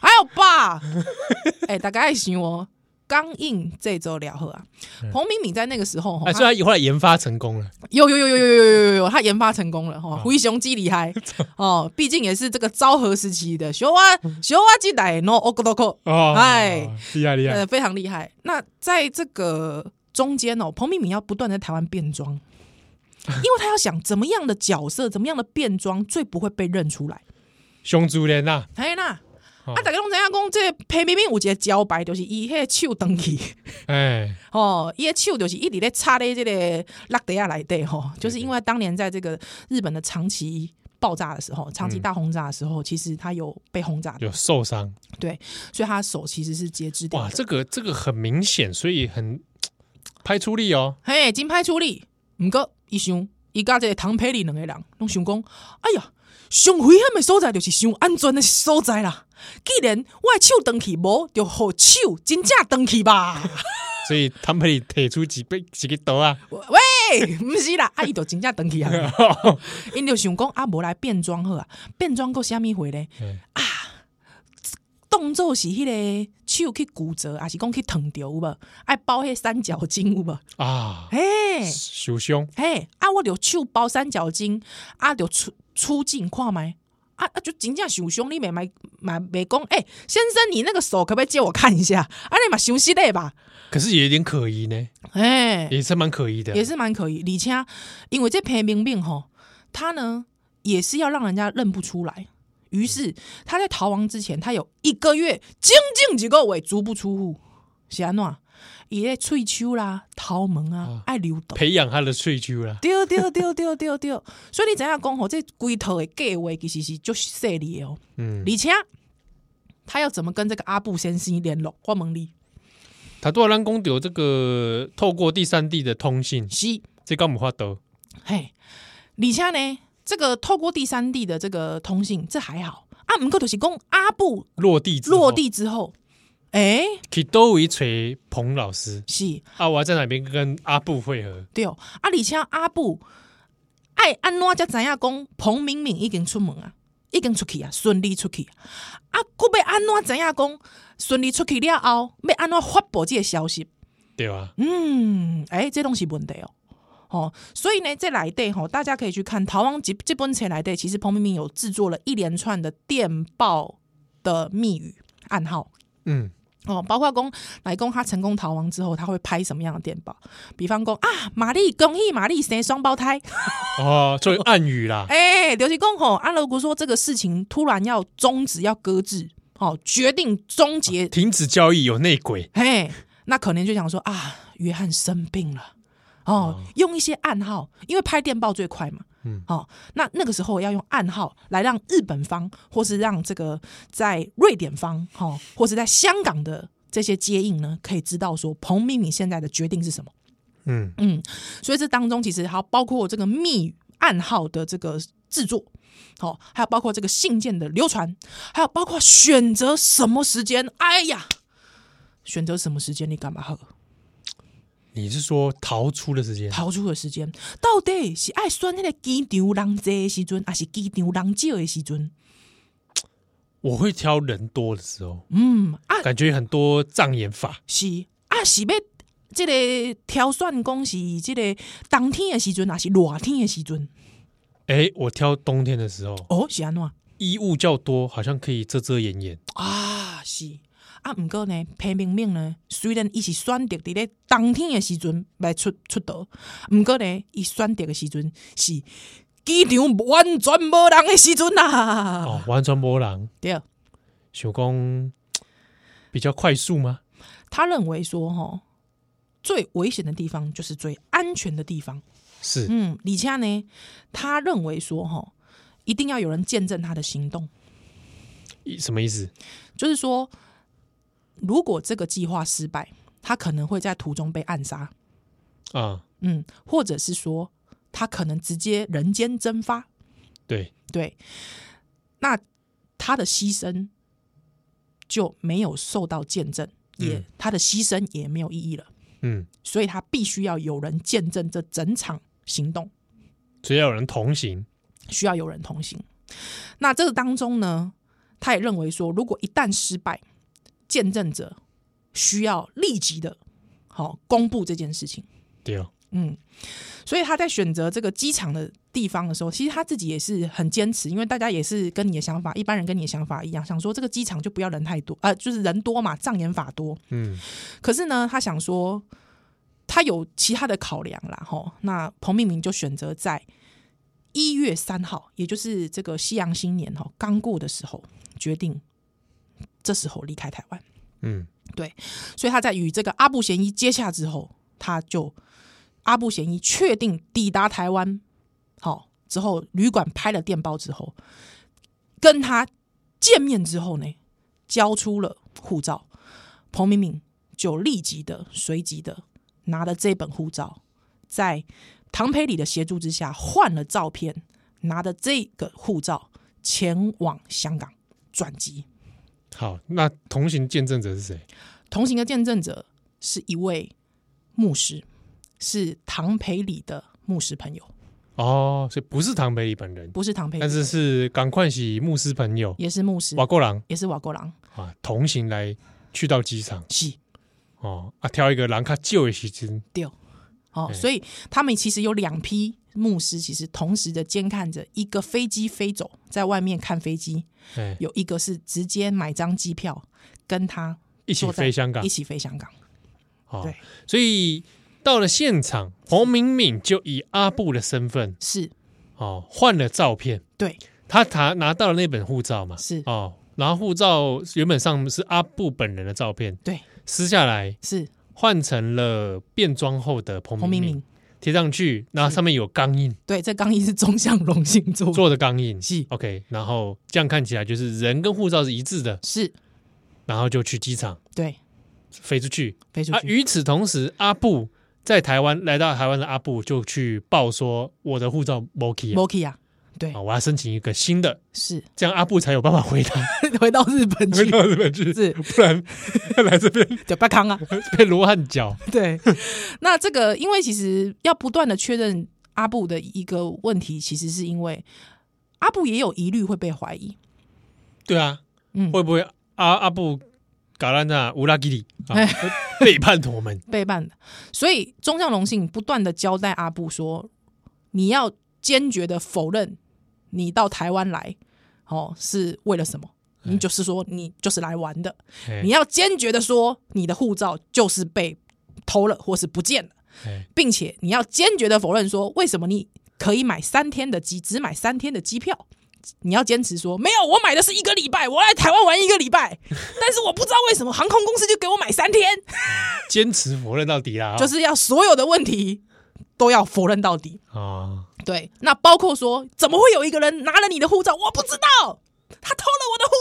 [SPEAKER 2] 还有吧，哎、大家爱想哦，刚硬这周了呵啊，彭敏敏在那个时候吼，
[SPEAKER 1] 嗯哎，
[SPEAKER 2] 她
[SPEAKER 1] 虽然后来研发成功了，
[SPEAKER 2] 有有有有有有有有有，他研发成功了哈，灰熊鸡厉害哦，毕竟也是这个昭和时期的小蛙小蛙鸡奶 no o k d o k
[SPEAKER 1] 哦，
[SPEAKER 2] 哎，
[SPEAKER 1] 厉害厉害
[SPEAKER 2] 呃，，非常厉害。那在这个中间哦，彭敏敏要不断地在台湾变装，因为他要想怎么样的角色，怎么样的变装最不会被认出来。
[SPEAKER 1] 熊族人呐，
[SPEAKER 2] 哎啦，
[SPEAKER 1] 哦
[SPEAKER 2] 啊，大家拢知影讲，这个彭敏敏有一个招牌，就是伊迄个手登去。
[SPEAKER 1] 哎，
[SPEAKER 2] 哦，伊的手就是一直咧插咧这个落地亚来底吼，就是因为当年在这个日本的长崎爆炸的时
[SPEAKER 1] 嗯
[SPEAKER 2] 候，长崎大轰炸的时候，其实他有被轰炸的，
[SPEAKER 1] 有受伤，
[SPEAKER 2] 对，所以他手其实是截肢掉
[SPEAKER 1] 哇，
[SPEAKER 2] 的。
[SPEAKER 1] 这个这个很明显，所以很拍出力哦，
[SPEAKER 2] 嘿，金牌出力，毋过伊想，伊甲这个唐培里两个人拢想讲，哎呀，上危险的所在就是上安全的所在啦。既然我的手登去无，就互手真正登去吧。
[SPEAKER 1] 所以他们里提出几杯几个刀啊，
[SPEAKER 2] 喂，毋是啦，啊伊就真正登去啊。因就想讲啊，无来变装好啊，变装过虾米回咧
[SPEAKER 1] 嗯
[SPEAKER 2] 啊？动作是迄个手去骨折，还是讲去烫着有无？爱包迄三角巾有无？ [LAUGHS]
[SPEAKER 1] 啊，
[SPEAKER 2] 嘿，
[SPEAKER 1] 熊凶
[SPEAKER 2] 嘿，啊，我着手包三角巾，啊，着出出镜看麦。啊啊！就真正受伤，你袂买买袂讲，哎、先生，你那个手可不可以借我看一下？啊，你嘛休息嘞吧？
[SPEAKER 1] 可是也有点可疑呢，
[SPEAKER 2] 哎、
[SPEAKER 1] 也是蛮可疑的，啊
[SPEAKER 2] 也是蛮可疑。而且因为这裴明病吼，他呢也是要让人家认不出来。于是他在逃亡之前，他有一个月精进几个月足不出户，是安怎？伊咧喙手啦、头毛啊
[SPEAKER 1] 啊、
[SPEAKER 2] 爱流动。
[SPEAKER 1] 培养他的睡居了，
[SPEAKER 2] 对对对对对对， [LAUGHS] 所以你知影讲吼，这规套的计划其实是足细腻的哦。
[SPEAKER 1] 嗯，
[SPEAKER 2] 而且他要怎么跟这个阿布先生联络？我问你，
[SPEAKER 1] 塔多兰公有这个透过第三地的通信，
[SPEAKER 2] 是
[SPEAKER 1] 这高姆花德
[SPEAKER 2] 嘿，而且呢，这个透过第三地的这个通信，这还好啊。唔过就是讲阿布
[SPEAKER 1] 落地之后
[SPEAKER 2] 落地之后，诶，
[SPEAKER 1] 去都为锤彭老师
[SPEAKER 2] 是
[SPEAKER 1] 啊，我要在哪边跟阿布会合？
[SPEAKER 2] 对哦。啊，而且阿布爱安怎才知影讲彭敏敏已经出门啊，已经出去啊，顺利出去啊。啊，佫要安怎知影讲顺利出去了后，要安怎发布这个消息？
[SPEAKER 1] 对吧？
[SPEAKER 2] 嗯，哎、这东西问题哦。哦，所以呢，这来对吼，大家可以去看《逃亡》这这本册来对，其实彭明敏有制作了一连串的电报的密语暗号
[SPEAKER 1] 嗯，
[SPEAKER 2] 哦，包括公来公他成功逃亡之后，他会拍什么样的电报？比方讲啊，玛丽恭喜玛丽生双胞胎，
[SPEAKER 1] 哦，作为暗语啦，
[SPEAKER 2] 哎、刘其公吼，阿如果说这个事情突然要终止，要搁置，哦，决定终结，
[SPEAKER 1] 停止交易有内鬼，
[SPEAKER 2] 嘿，那可能就想说啊，约翰生病了。哦，用一些暗号，因为拍电报最快嘛。
[SPEAKER 1] 嗯
[SPEAKER 2] 嗯，哦，那那个时候要用暗号来让日本方，或是让这个在瑞典方，哦，或是在香港的这些接应呢，可以知道说彭敏敏现在的决定是什么。
[SPEAKER 1] 嗯，
[SPEAKER 2] 嗯，所以这当中其实还有包括这个密语暗号的这个制作，好、还有包括这个信件的流传，还有包括选择什么时间。哎呀，选择什么时间你干嘛喝？
[SPEAKER 1] 你是说逃出的时间？
[SPEAKER 2] 逃出的时间到底是爱选那个机场人多的时阵，还是机场人少的时阵？
[SPEAKER 1] 我会挑人多的时候，
[SPEAKER 2] 嗯，啊
[SPEAKER 1] 感觉很多障眼法，
[SPEAKER 2] 是啊是要这个挑选讲是这个冬天的时阵，还是热天的时阵？
[SPEAKER 1] 哎，我挑冬天的时候，
[SPEAKER 2] 哦，是安怎样？
[SPEAKER 1] 衣物较多，好像可以遮遮掩掩，
[SPEAKER 2] 啊，是啊，毋过呢，裴明敏呢，虽然伊是选择伫咧冬天的时阵来出出道，毋过呢，伊选择的时阵是机场完全无人的时阵啦、啊。
[SPEAKER 1] 哦，完全波浪，
[SPEAKER 2] 对，
[SPEAKER 1] 想讲比较快速吗？
[SPEAKER 2] 他认为说，哈，最危险的地方就是最安全的地方。
[SPEAKER 1] 是
[SPEAKER 2] 嗯，李恰呢，他认为说，哈，一定要有人见证他的行动，
[SPEAKER 1] 一什么意思？
[SPEAKER 2] 就是说，如果这个计划失败，他可能会在途中被暗杀，
[SPEAKER 1] 啊，
[SPEAKER 2] 嗯，或者是说，他可能直接人间蒸发。
[SPEAKER 1] 对，
[SPEAKER 2] 对，那他的牺牲就没有受到见证，也、
[SPEAKER 1] 嗯
[SPEAKER 2] 他的牺牲也没有意义了，
[SPEAKER 1] 嗯，
[SPEAKER 2] 所以他必须要有人见证这整场行动，
[SPEAKER 1] 只要有人同行，
[SPEAKER 2] 需要有人同行。那这个当中呢，他也认为说，如果一旦失败，见证者需要立即的好、公布这件事情。
[SPEAKER 1] 对哦，
[SPEAKER 2] 嗯，所以他在选择这个机场的地方的时候，其实他自己也是很坚持，因为大家也是跟你的想法，一般人跟你的想法一样，想说这个机场就不要人太多，呃，就是人多嘛，障眼法多。
[SPEAKER 1] 嗯，
[SPEAKER 2] 可是呢，他想说他有其他的考量啦，吼，那彭明明就选择在一月三号，也就是这个西洋新年哈刚过的时候，决定这时候离开台湾。
[SPEAKER 1] 嗯，
[SPEAKER 2] 所以他在与这个阿布贤一接洽之后，他就阿布贤一确定抵达台湾，好、之后，旅馆拍了电报之后，跟他见面之后呢，交出了护照，彭明敏就立即的随即的拿了这本护照，在唐培里的协助之下换了照片，拿着这个护照前往香港转机。
[SPEAKER 1] 好，那同行见证者是谁？
[SPEAKER 2] 同行的见证者是一位牧师，是唐培里的牧师朋友，
[SPEAKER 1] 哦，所以不是唐培里本人，
[SPEAKER 2] 不是唐培里，
[SPEAKER 1] 但是是赶快喜牧师朋友
[SPEAKER 2] 也是牧师，
[SPEAKER 1] 瓦过郎
[SPEAKER 2] 也是瓦国郎，
[SPEAKER 1] 啊，同行来去到机场
[SPEAKER 2] 是
[SPEAKER 1] 哦，啊，挑一个人较旧的时间，
[SPEAKER 2] 丢哦
[SPEAKER 1] 哎。
[SPEAKER 2] 所以他们其实有两批牧师，其实同时的监看着一个飞机飞走，在外面看飞机；
[SPEAKER 1] 哎，
[SPEAKER 2] 有一个是直接买张机票跟他
[SPEAKER 1] 一起
[SPEAKER 2] 坐在
[SPEAKER 1] 飞香港
[SPEAKER 2] 一，起飞香港。
[SPEAKER 1] 哦
[SPEAKER 2] 对，
[SPEAKER 1] 所以到了现场，彭明敏就以阿布的身份
[SPEAKER 2] 是
[SPEAKER 1] 哦换了照片，
[SPEAKER 2] 对，
[SPEAKER 1] 他拿拿到了那本护照嘛，
[SPEAKER 2] 是
[SPEAKER 1] 哦，然后护照原本上是阿布本人的照片，
[SPEAKER 2] 对，
[SPEAKER 1] 撕下来
[SPEAKER 2] 是
[SPEAKER 1] 换成了变装后的彭嗯
[SPEAKER 2] 彭
[SPEAKER 1] 明
[SPEAKER 2] 明
[SPEAKER 1] 敏
[SPEAKER 2] 敏，
[SPEAKER 1] 贴上去，然后上面有钢印
[SPEAKER 2] 对，这刚毅 [LAUGHS] 是中向龙星座，
[SPEAKER 1] 做的钢印
[SPEAKER 2] 是
[SPEAKER 1] ，OK，然后这样看起来就是人跟护照是一致的，
[SPEAKER 2] 是
[SPEAKER 1] 然后就去机场
[SPEAKER 2] 对，
[SPEAKER 1] 飞出去，
[SPEAKER 2] 飞出
[SPEAKER 1] 啊，
[SPEAKER 2] 去，
[SPEAKER 1] 与此同时，阿布在台湾来到台湾的阿布就去报说我的护照 m o k i
[SPEAKER 2] 摩 k 亚，对
[SPEAKER 1] 啊，，我要申请一个新的，
[SPEAKER 2] 是
[SPEAKER 1] 这样阿布才有办法回台
[SPEAKER 2] [LAUGHS] 回到日本
[SPEAKER 1] 回
[SPEAKER 2] 去。
[SPEAKER 1] 到日本去，
[SPEAKER 2] 是
[SPEAKER 1] 不然 [LAUGHS] 来这
[SPEAKER 2] [LAUGHS]
[SPEAKER 1] 边
[SPEAKER 2] 就
[SPEAKER 1] [LAUGHS]
[SPEAKER 2] 不康啊。
[SPEAKER 1] 被罗汉脚。
[SPEAKER 2] 对，那这个因为其实要不断的确认阿布的一个问题，其实是因为阿布也有疑虑会被怀疑。
[SPEAKER 1] 对啊，
[SPEAKER 2] 嗯，
[SPEAKER 1] 会不会阿阿布嘎兰纳乌拉基里啊背叛我们？
[SPEAKER 2] 背叛的，所以中将荣幸不断的交代阿布说，你要坚决的否认你到台湾来，哦，是为了什么？
[SPEAKER 1] 哎
[SPEAKER 2] 你就是说你就是来玩的，
[SPEAKER 1] 哎
[SPEAKER 2] 你要坚决的说你的护照就是被偷了或是不见了。
[SPEAKER 1] 哎
[SPEAKER 2] 并且你要坚决的否认说，为什么你可以买三天的机，只买三天的机票？你要坚持说没有，我买的是一个礼拜，我来台湾玩一个礼拜，但是我不知道为什么航空公司就给我买三天，
[SPEAKER 1] [LAUGHS] 坚持否认到底啦，
[SPEAKER 2] 就
[SPEAKER 1] 啊
[SPEAKER 2] 是要所有的问题都要否认到底。
[SPEAKER 1] 哦
[SPEAKER 2] 对，那包括说怎么会有一个人拿了你的护照？我不知道，他偷了我的护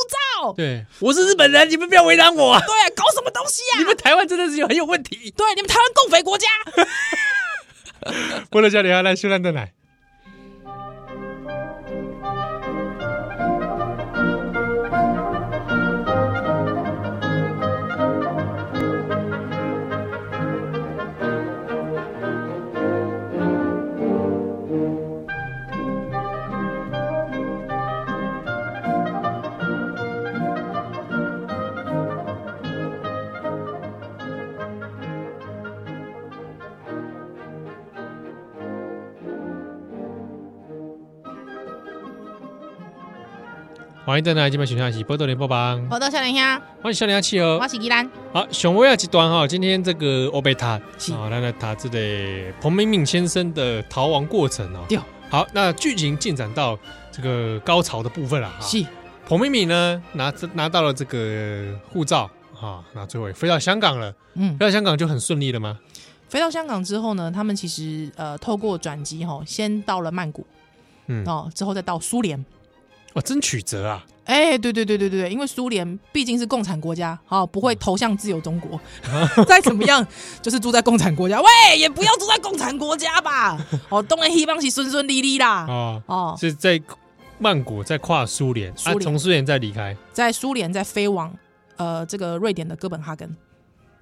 [SPEAKER 2] 照。
[SPEAKER 1] 对，我是日本人，你们不要为难我啊！
[SPEAKER 2] 对，搞什么东西啊？
[SPEAKER 1] 你们台湾真的是有很有问题。
[SPEAKER 2] 对你们台湾共匪国家。
[SPEAKER 1] 波多小李阿来修兰的奶。欢迎回来，今晚选项是波多连波邦，
[SPEAKER 2] 我到小林乡，
[SPEAKER 1] 欢迎小李阿七哦。
[SPEAKER 2] 是宜兰，
[SPEAKER 1] 好，熊维亚集团哈，今天这个欧贝塔
[SPEAKER 2] 是
[SPEAKER 1] 啊，那那塔这的彭明敏先生的逃亡过程哦
[SPEAKER 2] 对。
[SPEAKER 1] 好，那剧情进展到这个高潮的部分了哈。
[SPEAKER 2] 是
[SPEAKER 1] 彭明敏呢拿拿到了这个护照啊，那最后也飞到香港了。
[SPEAKER 2] 嗯
[SPEAKER 1] 飞，到香港就很顺利了吗？
[SPEAKER 2] 飞到香港之后呢，他们其实呃透过转机哈，先到了曼谷，
[SPEAKER 1] 嗯
[SPEAKER 2] 哦，之后再到苏联。
[SPEAKER 1] 哇，真曲折啊！
[SPEAKER 2] 哎、对对对对对对，因为苏联毕竟是共产国家，哦，不
[SPEAKER 1] 嗯
[SPEAKER 2] 会投向自由
[SPEAKER 1] [LAUGHS]
[SPEAKER 2] 中国，再怎么样就是住在共产国家，喂，也不要住在共产国家吧，哦，东然希望是顺顺利利啦，
[SPEAKER 1] 哦，
[SPEAKER 2] 哦，
[SPEAKER 1] 是在曼谷再跨苏联
[SPEAKER 2] 苏
[SPEAKER 1] 啊，
[SPEAKER 2] 联
[SPEAKER 1] 从苏联再离开
[SPEAKER 2] 在苏联再飞往呃这个瑞典的哥本哈根，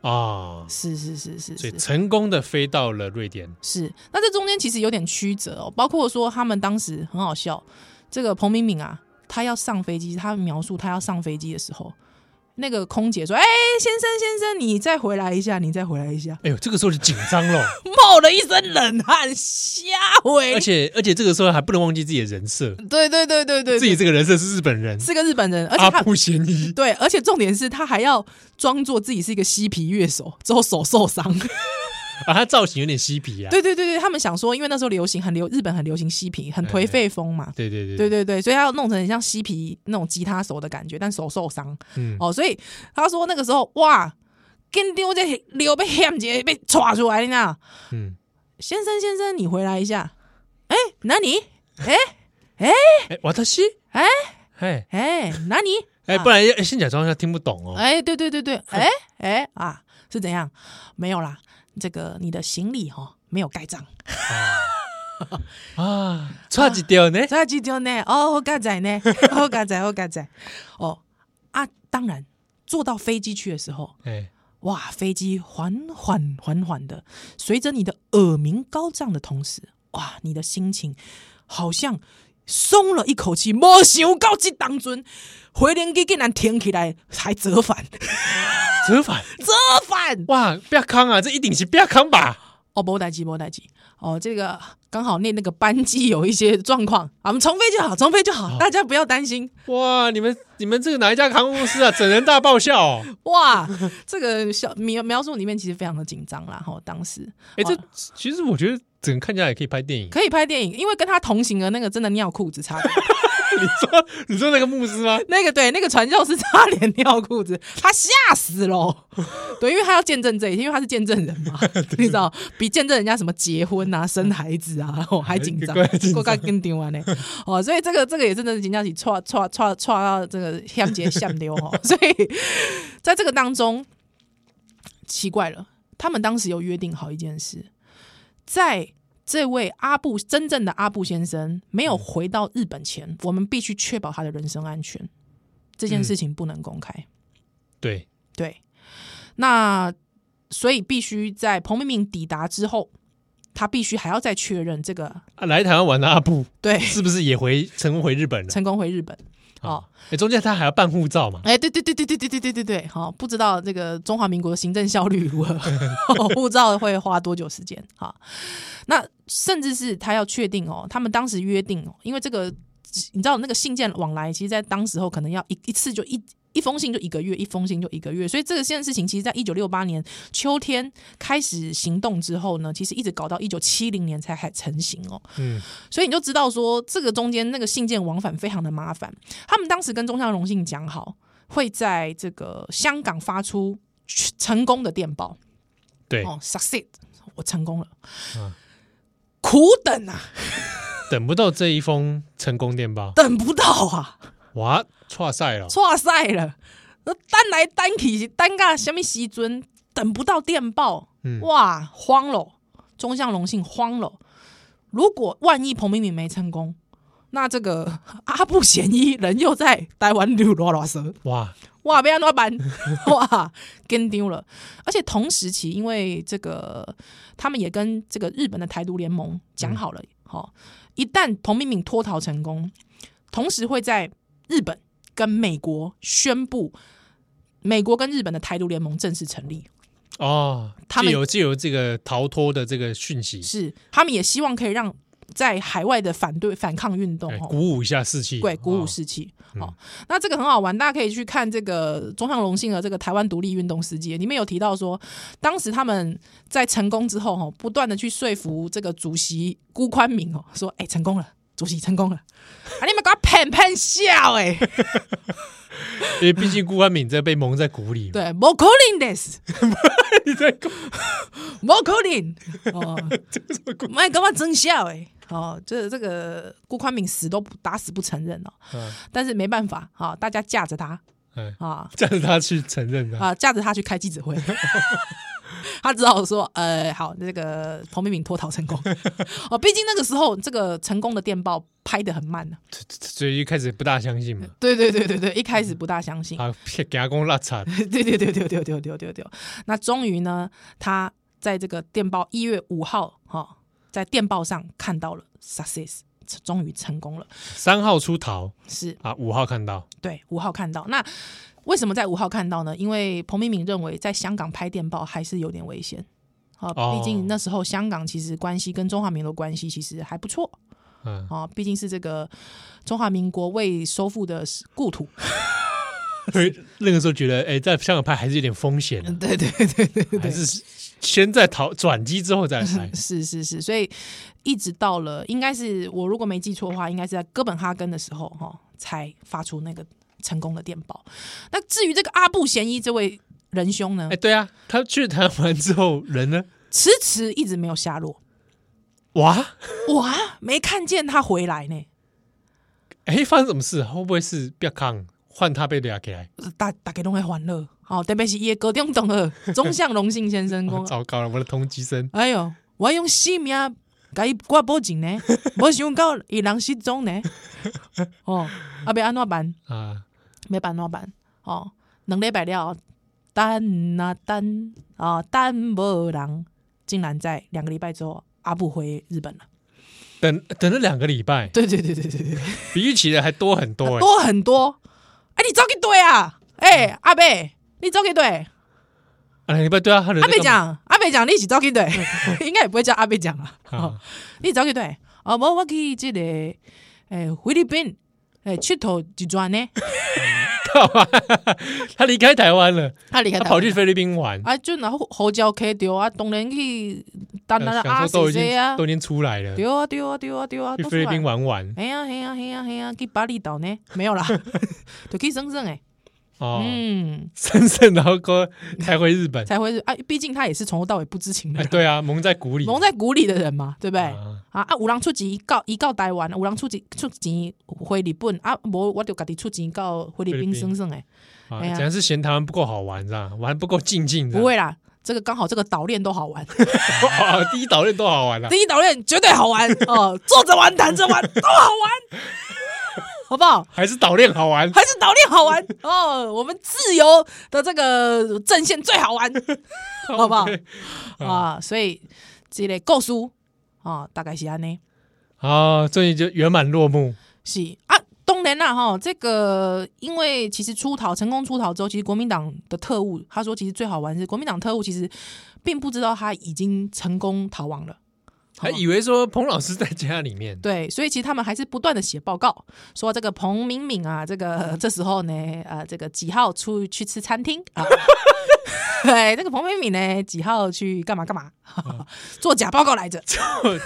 [SPEAKER 1] 啊，
[SPEAKER 2] 是是是是
[SPEAKER 1] 所以
[SPEAKER 2] 是
[SPEAKER 1] 成功的飞到了瑞典。
[SPEAKER 2] 是，那这中间其实有点曲折哦，包括说他们当时很好笑，这个彭敏敏啊，她要上飞机，她描述她要上飞机的时候，那个空姐说：“哎、先生先生，你再回来一下，你再回来一下。”
[SPEAKER 1] 哎呦，这个时候就紧张
[SPEAKER 2] [LAUGHS]
[SPEAKER 1] 了，
[SPEAKER 2] 冒了一身冷汗，吓
[SPEAKER 1] 而
[SPEAKER 2] 回。
[SPEAKER 1] 且而且这个时候还不能忘记自己的人设，
[SPEAKER 2] 对对对对对，
[SPEAKER 1] 自己这个人设是日本人，啊
[SPEAKER 2] 是个日本人，而且
[SPEAKER 1] 阿
[SPEAKER 2] 他、
[SPEAKER 1] 布贤
[SPEAKER 2] [LAUGHS]
[SPEAKER 1] 一，
[SPEAKER 2] 对，而且重点是他还要装作自己是一个嬉皮乐手，之后手受伤。 [LAUGHS]
[SPEAKER 1] 啊，他造型有点嬉皮啊。
[SPEAKER 2] 对对对对，他们想说，因为那时候流行很流日本很流行嬉皮，很
[SPEAKER 1] 哎
[SPEAKER 2] 颓废风嘛。
[SPEAKER 1] 对对对
[SPEAKER 2] 对对对，所以他要弄成很像嬉皮那种吉他手的感觉，但手受伤
[SPEAKER 1] 嗯，
[SPEAKER 2] 哦，所以他说那个时候哇，跟丢这流被喊杰被抓出来呢，
[SPEAKER 1] 嗯，
[SPEAKER 2] 先生先生，你回来一下，哎，那你，
[SPEAKER 1] 哎，我的西，
[SPEAKER 2] 哎
[SPEAKER 1] 哎
[SPEAKER 2] 哎，那你，
[SPEAKER 1] 哎，
[SPEAKER 2] 啊
[SPEAKER 1] 不然要先假装一下听不懂哦。
[SPEAKER 2] 哎，对对对对，哎哎啊，是怎样？没有啦，这个你的行李哈、没有盖章，
[SPEAKER 1] 啊，差几条呢？
[SPEAKER 2] 在几丢呢？哦，好嘎仔呢？ [LAUGHS] 好嘎仔，好嘎仔。哦啊，当然，坐到飞机去的时候，
[SPEAKER 1] 哎，
[SPEAKER 2] 哇，飞机缓缓缓缓的，随着你的耳鸣高涨的同时，哇，你的心情好像松了一口气。没想到这当中，回联机竟然停起来，还折返，
[SPEAKER 1] 折返，
[SPEAKER 2] 折返。
[SPEAKER 1] 哇，不要康啊，这一定是不要康吧？
[SPEAKER 2] 哦，波代机，波代机，哦，这个刚好那那个班机有一些状况，啊我们重飞就好，重飞就好，大家不要担心。
[SPEAKER 1] 哇，你们你们这个哪一家航空公司啊？整人大爆笑哦！
[SPEAKER 2] 哇，这个小描描述里面其实非常的紧张啦，哈，当时
[SPEAKER 1] [LAUGHS] 哎，这
[SPEAKER 2] 哇
[SPEAKER 1] 其实我觉得整个看起来也可以拍电影。
[SPEAKER 2] 可以拍电影，因为跟他同行的那个真的尿裤子差点，
[SPEAKER 1] [LAUGHS] 你说你说那个牧师吗？
[SPEAKER 2] [LAUGHS] 那个对，那个传教士差点尿裤子，他吓死了，对，因为他要见证这一天，因为他是见证人嘛，你知道，比见证人家什么结婚啊、生孩子啊，哦，还紧张
[SPEAKER 1] 还紧张，
[SPEAKER 2] 过该更丢完呢，哦，所以这个这个也真的是人家起错错错错到这个 [LAUGHS] 下节下溜哦，所以在这个当中，奇怪了，他们当时有约定好一件事，在。这位阿布真正的阿布先生没有回到日本前，我们必须确保他的人身安全。这件事情不能公开。
[SPEAKER 1] 对，
[SPEAKER 2] 对，那所以必须在彭明敏抵达之后，他必须还要再确认这个
[SPEAKER 1] 啊来台湾玩的阿布
[SPEAKER 2] 对
[SPEAKER 1] 是不是也回成功回日本了？
[SPEAKER 2] 成哦功回日本。
[SPEAKER 1] 啊，哎，中间他还要办护照嘛？
[SPEAKER 2] 哎，对对对对对对对对对对，好，不知道这个中华民国的行政效率如哦何，护照会花多久时间？好，那甚至是他要确定哦，他们当时约定哦，因为这个你知道那个信件往来，其实在当时候可能要一一次就一。一封信就一个月，一封信就一个月，所以这个件事情，其实在一九六八年秋天开始行动之后呢，其实一直搞到一九七零年才还成型哦。
[SPEAKER 1] 嗯，
[SPEAKER 2] 所以你就知道说，这个中间那个信件往返非常的麻烦。他们当时跟中向荣幸讲好，会在这个香港发出成功的电报，
[SPEAKER 1] 对，
[SPEAKER 2] 哦，succeed，我成功了。
[SPEAKER 1] 嗯
[SPEAKER 2] 苦等啊，
[SPEAKER 1] 等不到这一封成功电报，
[SPEAKER 2] 等不到啊，
[SPEAKER 1] 哇，错赛了，
[SPEAKER 2] 错赛了，那单来单去，单干什么时阵等不到电报，
[SPEAKER 1] 嗯
[SPEAKER 2] 哇，慌了，中向荣幸慌了。如果万一彭明敏没成功，那这个 [LAUGHS] 阿布嫌疑人又在台湾溜拉拉蛇，
[SPEAKER 1] 哇，
[SPEAKER 2] 哇，被安怎办？ [LAUGHS] 哇，跟丢了。而且同时期，因为这个他们也跟这个日本的台独联盟讲好了，好、一旦彭明敏脱逃成功，同时会在日本跟美国宣布。美国跟日本的台独联盟正式成立，
[SPEAKER 1] 哦，
[SPEAKER 2] 他
[SPEAKER 1] 借
[SPEAKER 2] 们
[SPEAKER 1] 由借由这个逃脱的这个讯息，
[SPEAKER 2] 是他们也希望可以让在海外的反对反抗运动
[SPEAKER 1] 哎
[SPEAKER 2] 哦，
[SPEAKER 1] 鼓舞一下士气，
[SPEAKER 2] 对，鼓舞
[SPEAKER 1] 哦
[SPEAKER 2] 士气。好、那这个很好玩，大家可以去看这个中向荣幸的这个台湾独立运动世界，里面有提到说，当时他们哦在成功之后，哈，不断的去说服这个主席辜宽敏哦，说，哎、成功了，主席成功了，啊，你们给我喷喷笑哎、
[SPEAKER 1] 因为毕竟顾安敏在被蒙在鼓里嘛，
[SPEAKER 2] 对，不可能的，
[SPEAKER 1] 你 [LAUGHS] 在鼓
[SPEAKER 2] 不可能
[SPEAKER 1] [LAUGHS]
[SPEAKER 2] 哦，
[SPEAKER 1] 这个鼓，
[SPEAKER 2] 卖给我真笑哎。哦，这这个顾宽敏死都不打死不承认哦，
[SPEAKER 1] 嗯
[SPEAKER 2] 但是没办法啊、大家架着他
[SPEAKER 1] 嗯，
[SPEAKER 2] 啊
[SPEAKER 1] [LAUGHS] 这样他去承认的，
[SPEAKER 2] 啊，架着他去开记者会， [LAUGHS] 他只好说，呃，好，那个彭明敏脱逃成功 [LAUGHS] 哦，毕竟那个时候这个成功的电报拍的很慢呢、
[SPEAKER 1] 所以一开始不大相信嘛，
[SPEAKER 2] 对对对对对，一开始不大相信， [LAUGHS]
[SPEAKER 1] 啊，骗给阿公拉扯，
[SPEAKER 2] 对对对对对对对对对。那终于呢，他在这个电报一月五号哈、哦，在电报上看到了 success，终于成功了。
[SPEAKER 1] 三号出逃
[SPEAKER 2] 是
[SPEAKER 1] 啊，五号看到，
[SPEAKER 2] 对五号看到。那为什么在五号看到呢？因为彭明敏认为在香港拍电报还是有点危险。啊，
[SPEAKER 1] 哦
[SPEAKER 2] 毕竟那时候香港其实关系跟中华民国关系其实还不错
[SPEAKER 1] [LAUGHS] 嗯，
[SPEAKER 2] 啊，毕竟是这个中华民国未收复的故土，
[SPEAKER 1] 所以那个时候觉得，哎，在香港拍还是有点风险 [LAUGHS] 的，
[SPEAKER 2] [LAUGHS] 对对对对对，
[SPEAKER 1] 还是先在逃转机之后再拍 [LAUGHS]
[SPEAKER 2] [LAUGHS] 是是是，所以一直到了，应该是我如果没记错的话，应该是在哥本哈根的时候哈、哦，才发出那个成功的电报。那至于这个阿布嫌疑这位仁兄呢
[SPEAKER 1] 哎，，对啊，他去台湾之后人呢？
[SPEAKER 2] 迟迟一直没有下落，
[SPEAKER 1] 哇，
[SPEAKER 2] 哇，没看见他回来呢。
[SPEAKER 1] 哎，发生什么事？会不会是不要康换他被抓起 [LAUGHS] 来？
[SPEAKER 2] 大大家都会欢乐，哦，特别是伊的高中同 [LAUGHS] 学钟向荣信先生讲，
[SPEAKER 1] 哦糟糕了，我的同级生
[SPEAKER 2] 哎哟，我用性命甲伊挂报警 [LAUGHS] 呢，没想到伊人失踪呢，哦，啊，要安怎办？
[SPEAKER 1] 啊，
[SPEAKER 2] 没办怎办？哦，两礼拜了，等啊等啊等无人，竟然在两个礼拜之后，阿布回日本了。
[SPEAKER 1] 等等了两个礼拜，
[SPEAKER 2] 对对对对对对，
[SPEAKER 1] 比预期的还多很 [LAUGHS] 多哎。
[SPEAKER 2] 多很多。哎、你走去对啊！哎、阿贝，你走去对？
[SPEAKER 1] 啊，两个礼拜对啊，他人
[SPEAKER 2] [LAUGHS] 阿
[SPEAKER 1] 在
[SPEAKER 2] 贝
[SPEAKER 1] 干嘛 [LAUGHS]
[SPEAKER 2] 讲，阿贝讲，你是走去对？ [LAUGHS] 应该也不会叫阿贝讲啊。哦
[SPEAKER 1] 嗯啊，
[SPEAKER 2] 你走去对？哦，无我去这个诶、哎菲律宾诶、佚佗一
[SPEAKER 1] [LAUGHS]
[SPEAKER 2] 转呢。
[SPEAKER 1] 干嘛？ [LAUGHS] 他离开台湾了，
[SPEAKER 2] 他离开
[SPEAKER 1] 他
[SPEAKER 2] 台湾
[SPEAKER 1] 跑去菲律宾玩，
[SPEAKER 2] 啊，就然后胡椒 K 掉啊，当然去当然
[SPEAKER 1] 呃
[SPEAKER 2] 啊阿
[SPEAKER 1] 想说都
[SPEAKER 2] 谁
[SPEAKER 1] 已
[SPEAKER 2] 谁啊
[SPEAKER 1] 经，都已经出来了，
[SPEAKER 2] 对啊，对啊，对啊，对啊，
[SPEAKER 1] 去
[SPEAKER 2] 都出
[SPEAKER 1] 菲律
[SPEAKER 2] 来
[SPEAKER 1] 宾。玩玩
[SPEAKER 2] 哎呀，哎呀，哎呀，哎呀，去巴厘岛呢？没有
[SPEAKER 1] [LAUGHS]
[SPEAKER 2] 啦，就去深圳哎，
[SPEAKER 1] 哦，
[SPEAKER 2] 嗯，
[SPEAKER 1] 深圳然后过才回日
[SPEAKER 2] [LAUGHS]
[SPEAKER 1] 本。
[SPEAKER 2] 才会是啊，毕竟他也是从头到尾不知情的
[SPEAKER 1] 哎， [LAUGHS]
[SPEAKER 2] 人，
[SPEAKER 1] 对啊，蒙在鼓里，
[SPEAKER 2] 蒙在鼓里的人嘛，对不对？
[SPEAKER 1] 啊
[SPEAKER 2] 啊啊，有人出钱告一告台湾，有人出钱出钱回日本啊，无我就家己出钱到菲律
[SPEAKER 1] 菲律
[SPEAKER 2] 宾
[SPEAKER 1] 宾
[SPEAKER 2] 深圳哎，
[SPEAKER 1] 啊，
[SPEAKER 2] 哎呀
[SPEAKER 1] 只要是嫌台湾不够好玩，是吧？玩不够尽兴，
[SPEAKER 2] 不会啦，这个刚好这个岛链都好玩，
[SPEAKER 1] [LAUGHS]
[SPEAKER 2] [LAUGHS]
[SPEAKER 1] 啊，第一岛链多好玩啊！
[SPEAKER 2] 第一岛链绝对好玩哦，坐着玩、弹着玩都好玩， [LAUGHS] 好不好？
[SPEAKER 1] 还是岛链好
[SPEAKER 2] [LAUGHS]
[SPEAKER 1] 玩，
[SPEAKER 2] 还是岛链好玩哦，我们自由的这个阵线最
[SPEAKER 1] [LAUGHS]
[SPEAKER 2] 好玩好不好
[SPEAKER 1] OK
[SPEAKER 2] 啊！所以这类构书啊，大概是安尼
[SPEAKER 1] 啊，终于就圆满落幕。
[SPEAKER 2] 是啊。当然啦，哈，这个因为其实出逃成功出逃之后，其实国民党的特务他说，其实最好玩是国民党特务其实并不知道他已经成功逃亡了，
[SPEAKER 1] 还以为说彭老师在家里面， [LAUGHS]
[SPEAKER 2] 对，所以其实他们还是不断的写报告，说这个彭明敏啊，这个这时候呢，呃，这个几号出去吃餐厅啊？对，这个彭明敏呢，几号去干嘛干嘛，做假报告来着。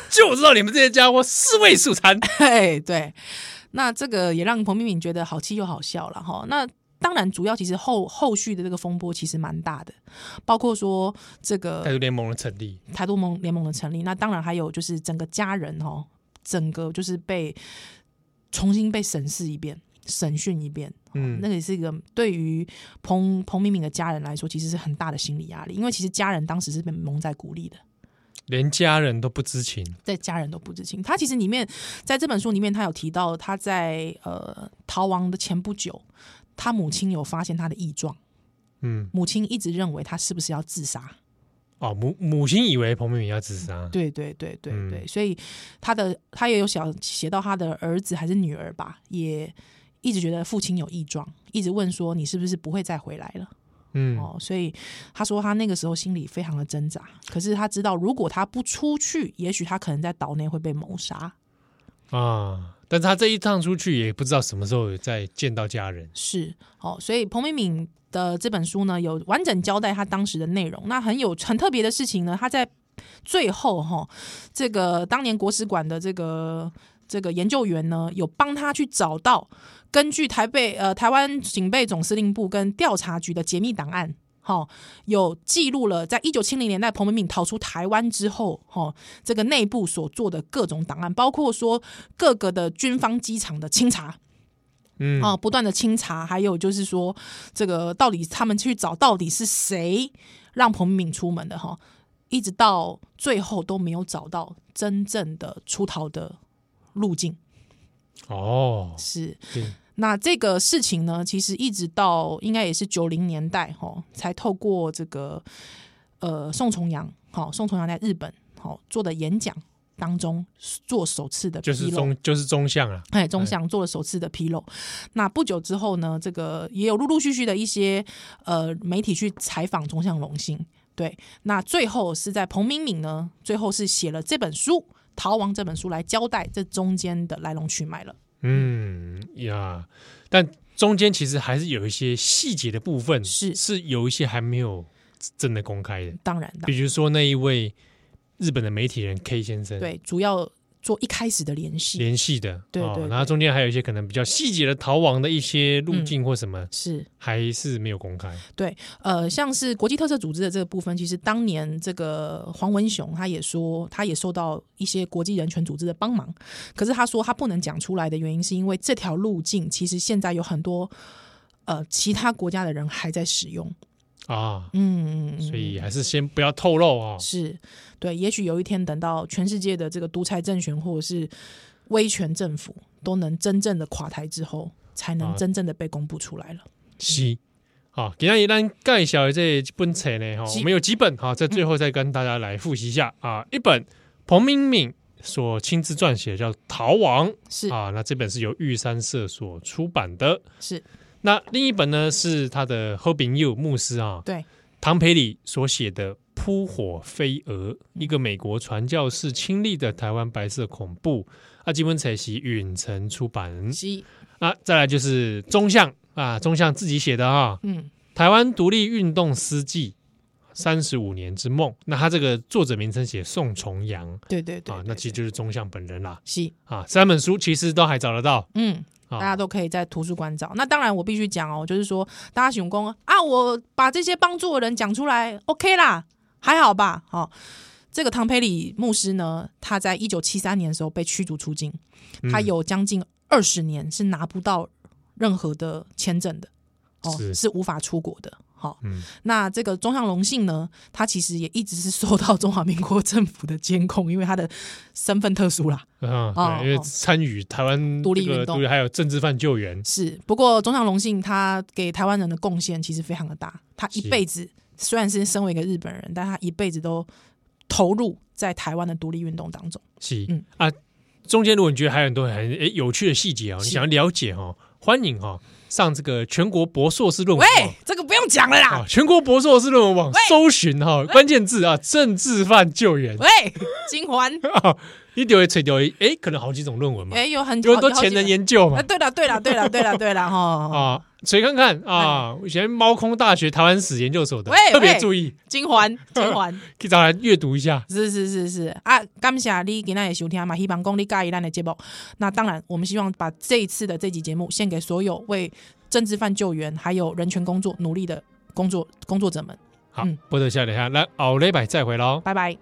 [SPEAKER 1] 就知道你们这些家伙四位数
[SPEAKER 2] [LAUGHS]
[SPEAKER 1] 餐，
[SPEAKER 2] 对对，那这个也让彭明敏觉得好气又好笑了哈。那当然，主要其实后后续的这个风波其实蛮大的，包括说这个
[SPEAKER 1] 态度联盟的成立，
[SPEAKER 2] 台独盟联盟的成立，那当然还有就是整个家人哦，整个就是被重新被审视一遍、审讯一遍。
[SPEAKER 1] 嗯
[SPEAKER 2] 那个也是一个对于彭彭明敏的家人来说，其实是很大的心理压力，因为其实家人当时是被蒙在鼓里的，
[SPEAKER 1] 连家人都不知情，
[SPEAKER 2] 在家人都不知情。他其实里面在这本书里面，他有提到他在呃逃亡的前不久，他母亲有发现他的异状，
[SPEAKER 1] 嗯，
[SPEAKER 2] 母亲一直认为他是不是要自杀，
[SPEAKER 1] 哦，母母亲以为彭明敏要自杀，
[SPEAKER 2] 对对对对
[SPEAKER 1] 嗯
[SPEAKER 2] 对，所以他的他也有想写到他的儿子还是女儿吧，也一直觉得父亲有异状，一直问说你是不是不会再回来了、
[SPEAKER 1] 嗯，
[SPEAKER 2] 哦，所以他说他那个时候心里非常的挣扎，可是他知道如果他不出去，也许他可能在岛内会被谋杀。
[SPEAKER 1] 啊，但是他这一趟出去也不知道什么时候有再见到家人，
[SPEAKER 2] 是哦，所以彭明敏的这本书呢，有完整交代他当时的内容。那很有很特别的事情呢，他在最后哈、这个当年国史馆的这个这个研究员呢，有帮他去找到根据台北呃台湾警备总司令部跟调查局的解密档案。好、有记录了，在一九七零年代，彭明敏逃出台湾之后，哈、这个内部所做的各种档案，包括说各个的军方机场的清查，
[SPEAKER 1] 嗯，
[SPEAKER 2] 啊，不断的清查，还有就是说，这个到底他们去找到底是谁让彭明敏出门的哈，一直到最后都没有找到真正的出逃的路径。
[SPEAKER 1] 哦，
[SPEAKER 2] 是，
[SPEAKER 1] [LAUGHS] 对
[SPEAKER 2] 那这个事情呢，其实一直到应该也是九零年代哈，才透过这个呃宋重阳，好，宋重阳在日本好做的演讲当中做首次的披
[SPEAKER 1] 就
[SPEAKER 2] 露。
[SPEAKER 1] 是中就是中项啊，
[SPEAKER 2] 哎，中想做了首次的披露。那不久之后呢，这个也有陆陆续续的一些呃媒体去采访中向荣幸。对，那最后是在彭明敏呢，最后是写了这本书《逃亡》这本书来交代这中间的来龙去脉了。
[SPEAKER 1] 嗯呀，但中间其实还是有一些细节的部分
[SPEAKER 2] 是
[SPEAKER 1] 是有一些还没有真的公开的，
[SPEAKER 2] 当然的，
[SPEAKER 1] 比如说那一位日本的媒体人 K 先生
[SPEAKER 2] 对，主要做一开始的联系
[SPEAKER 1] 联系的，
[SPEAKER 2] 对对
[SPEAKER 1] 哦
[SPEAKER 2] 对，
[SPEAKER 1] 然后中间还有一些可能比较细节的逃亡的一些路径或什么，
[SPEAKER 2] 是
[SPEAKER 1] 还是没有公开，
[SPEAKER 2] 对，呃，像是国际特色组织的这个部分，其实当年这个黄文雄他也说，他也受到一些国际人权组织的帮忙，可是他说他不能讲出来的原因，是因为这条路径其实现在有很多呃其他国家的人还在使用，
[SPEAKER 1] 啊，
[SPEAKER 2] 嗯，嗯嗯
[SPEAKER 1] 所以还是先不要透露啊、哦。
[SPEAKER 2] 是对，也许有一天等到全世界的这个独裁政权或者是威权政府都能真正的垮台之后，才能
[SPEAKER 1] 啊
[SPEAKER 2] 真正的被公布出来了。
[SPEAKER 1] 是。好，今天咱介绍的这几本册呢，哈，
[SPEAKER 2] 是
[SPEAKER 1] 我们有几本哈，在最后再跟大家来复习一下啊。一本彭明敏所亲自撰写的叫《逃亡》
[SPEAKER 2] 是
[SPEAKER 1] 啊，那这本是由玉山社所出版的。
[SPEAKER 2] 是，
[SPEAKER 1] 那另一本呢是他的侯炳佑牧师啊，
[SPEAKER 2] 对，
[SPEAKER 1] 唐培里所写的《扑火飞蛾》，一个美国传教士亲历的台湾白色恐怖。啊，这本册是允城出版。
[SPEAKER 2] 是，
[SPEAKER 1] 啊，再来就是中相啊，中相自己写的哈、
[SPEAKER 2] 嗯，
[SPEAKER 1] 台湾独立运动司纪三十五年之梦。那他这个作者名称写宋重阳
[SPEAKER 2] 对对对
[SPEAKER 1] 啊，那其实就是中相本人啦
[SPEAKER 2] 是，
[SPEAKER 1] 啊。三本书其实都还找得到
[SPEAKER 2] 嗯。大
[SPEAKER 1] 啊
[SPEAKER 2] 家，都可以在图书馆找。那当然，我必须讲哦，就是说，大家喜欢公啊，我把这些帮助的人讲出来，OK 啦，还好吧？哦，这个唐培里牧师呢，他在一九七三年的时候被驱逐出境，
[SPEAKER 1] 嗯
[SPEAKER 2] 他有将近二十年是拿不到任何的签证的，哦，
[SPEAKER 1] 是
[SPEAKER 2] 是无法出国的。好、
[SPEAKER 1] 嗯
[SPEAKER 2] 那这个中向荣幸呢，他其实也一直是受到中华民国政府的监控，因为他的身份特殊啦。
[SPEAKER 1] 啊，
[SPEAKER 2] 哦
[SPEAKER 1] 对，因为
[SPEAKER 2] 哦
[SPEAKER 1] 参与台湾
[SPEAKER 2] 独立
[SPEAKER 1] 这个
[SPEAKER 2] 运动
[SPEAKER 1] 独立还有政治犯救援，
[SPEAKER 2] 是，不过中场荣幸他给台湾人的贡献其实非常的大，他一
[SPEAKER 1] 是
[SPEAKER 2] 辈子虽然是身为一个日本人，但他一辈子都投入在台湾的独立运动当中。
[SPEAKER 1] 是、
[SPEAKER 2] 嗯
[SPEAKER 1] 啊。中间如果你觉得还有很多很诶有趣的细节哦，你
[SPEAKER 2] 是
[SPEAKER 1] 想要了解哦，欢迎哦上这个全国博硕士论
[SPEAKER 2] 喂
[SPEAKER 1] 文网。，
[SPEAKER 2] 这个不用讲了啦
[SPEAKER 1] 啊，。全国博硕士论文网搜寻哈、关键字啊，政治犯救援，
[SPEAKER 2] 喂，金 [LAUGHS] 环，
[SPEAKER 1] 啊，你就会吹掉诶，哎，可能好几种论文嘛
[SPEAKER 2] 哎、，有很
[SPEAKER 1] 因为
[SPEAKER 2] 多
[SPEAKER 1] 都前人研究
[SPEAKER 2] 啊，
[SPEAKER 1] 嘛，
[SPEAKER 2] 对了，对了，对了，对了，对了，哈，
[SPEAKER 1] 啊，谁看看啊？以前猫空大学台湾史研究所的
[SPEAKER 2] 哎喂
[SPEAKER 1] 特别
[SPEAKER 2] 喂
[SPEAKER 1] 注意，
[SPEAKER 2] 金环，金环，
[SPEAKER 1] 可以找来阅读一下。
[SPEAKER 2] 是是是是啊，感谢你今天的收听嘛，希望讲你介意咱的节目。那当然，我们希望把这一次的这集节目献给所有为政治犯救援还有人权工作努力的工作工作者们。
[SPEAKER 1] 好
[SPEAKER 2] 嗯，
[SPEAKER 1] 波特下等一下，来，奥雷拜再回喽。
[SPEAKER 2] 拜拜。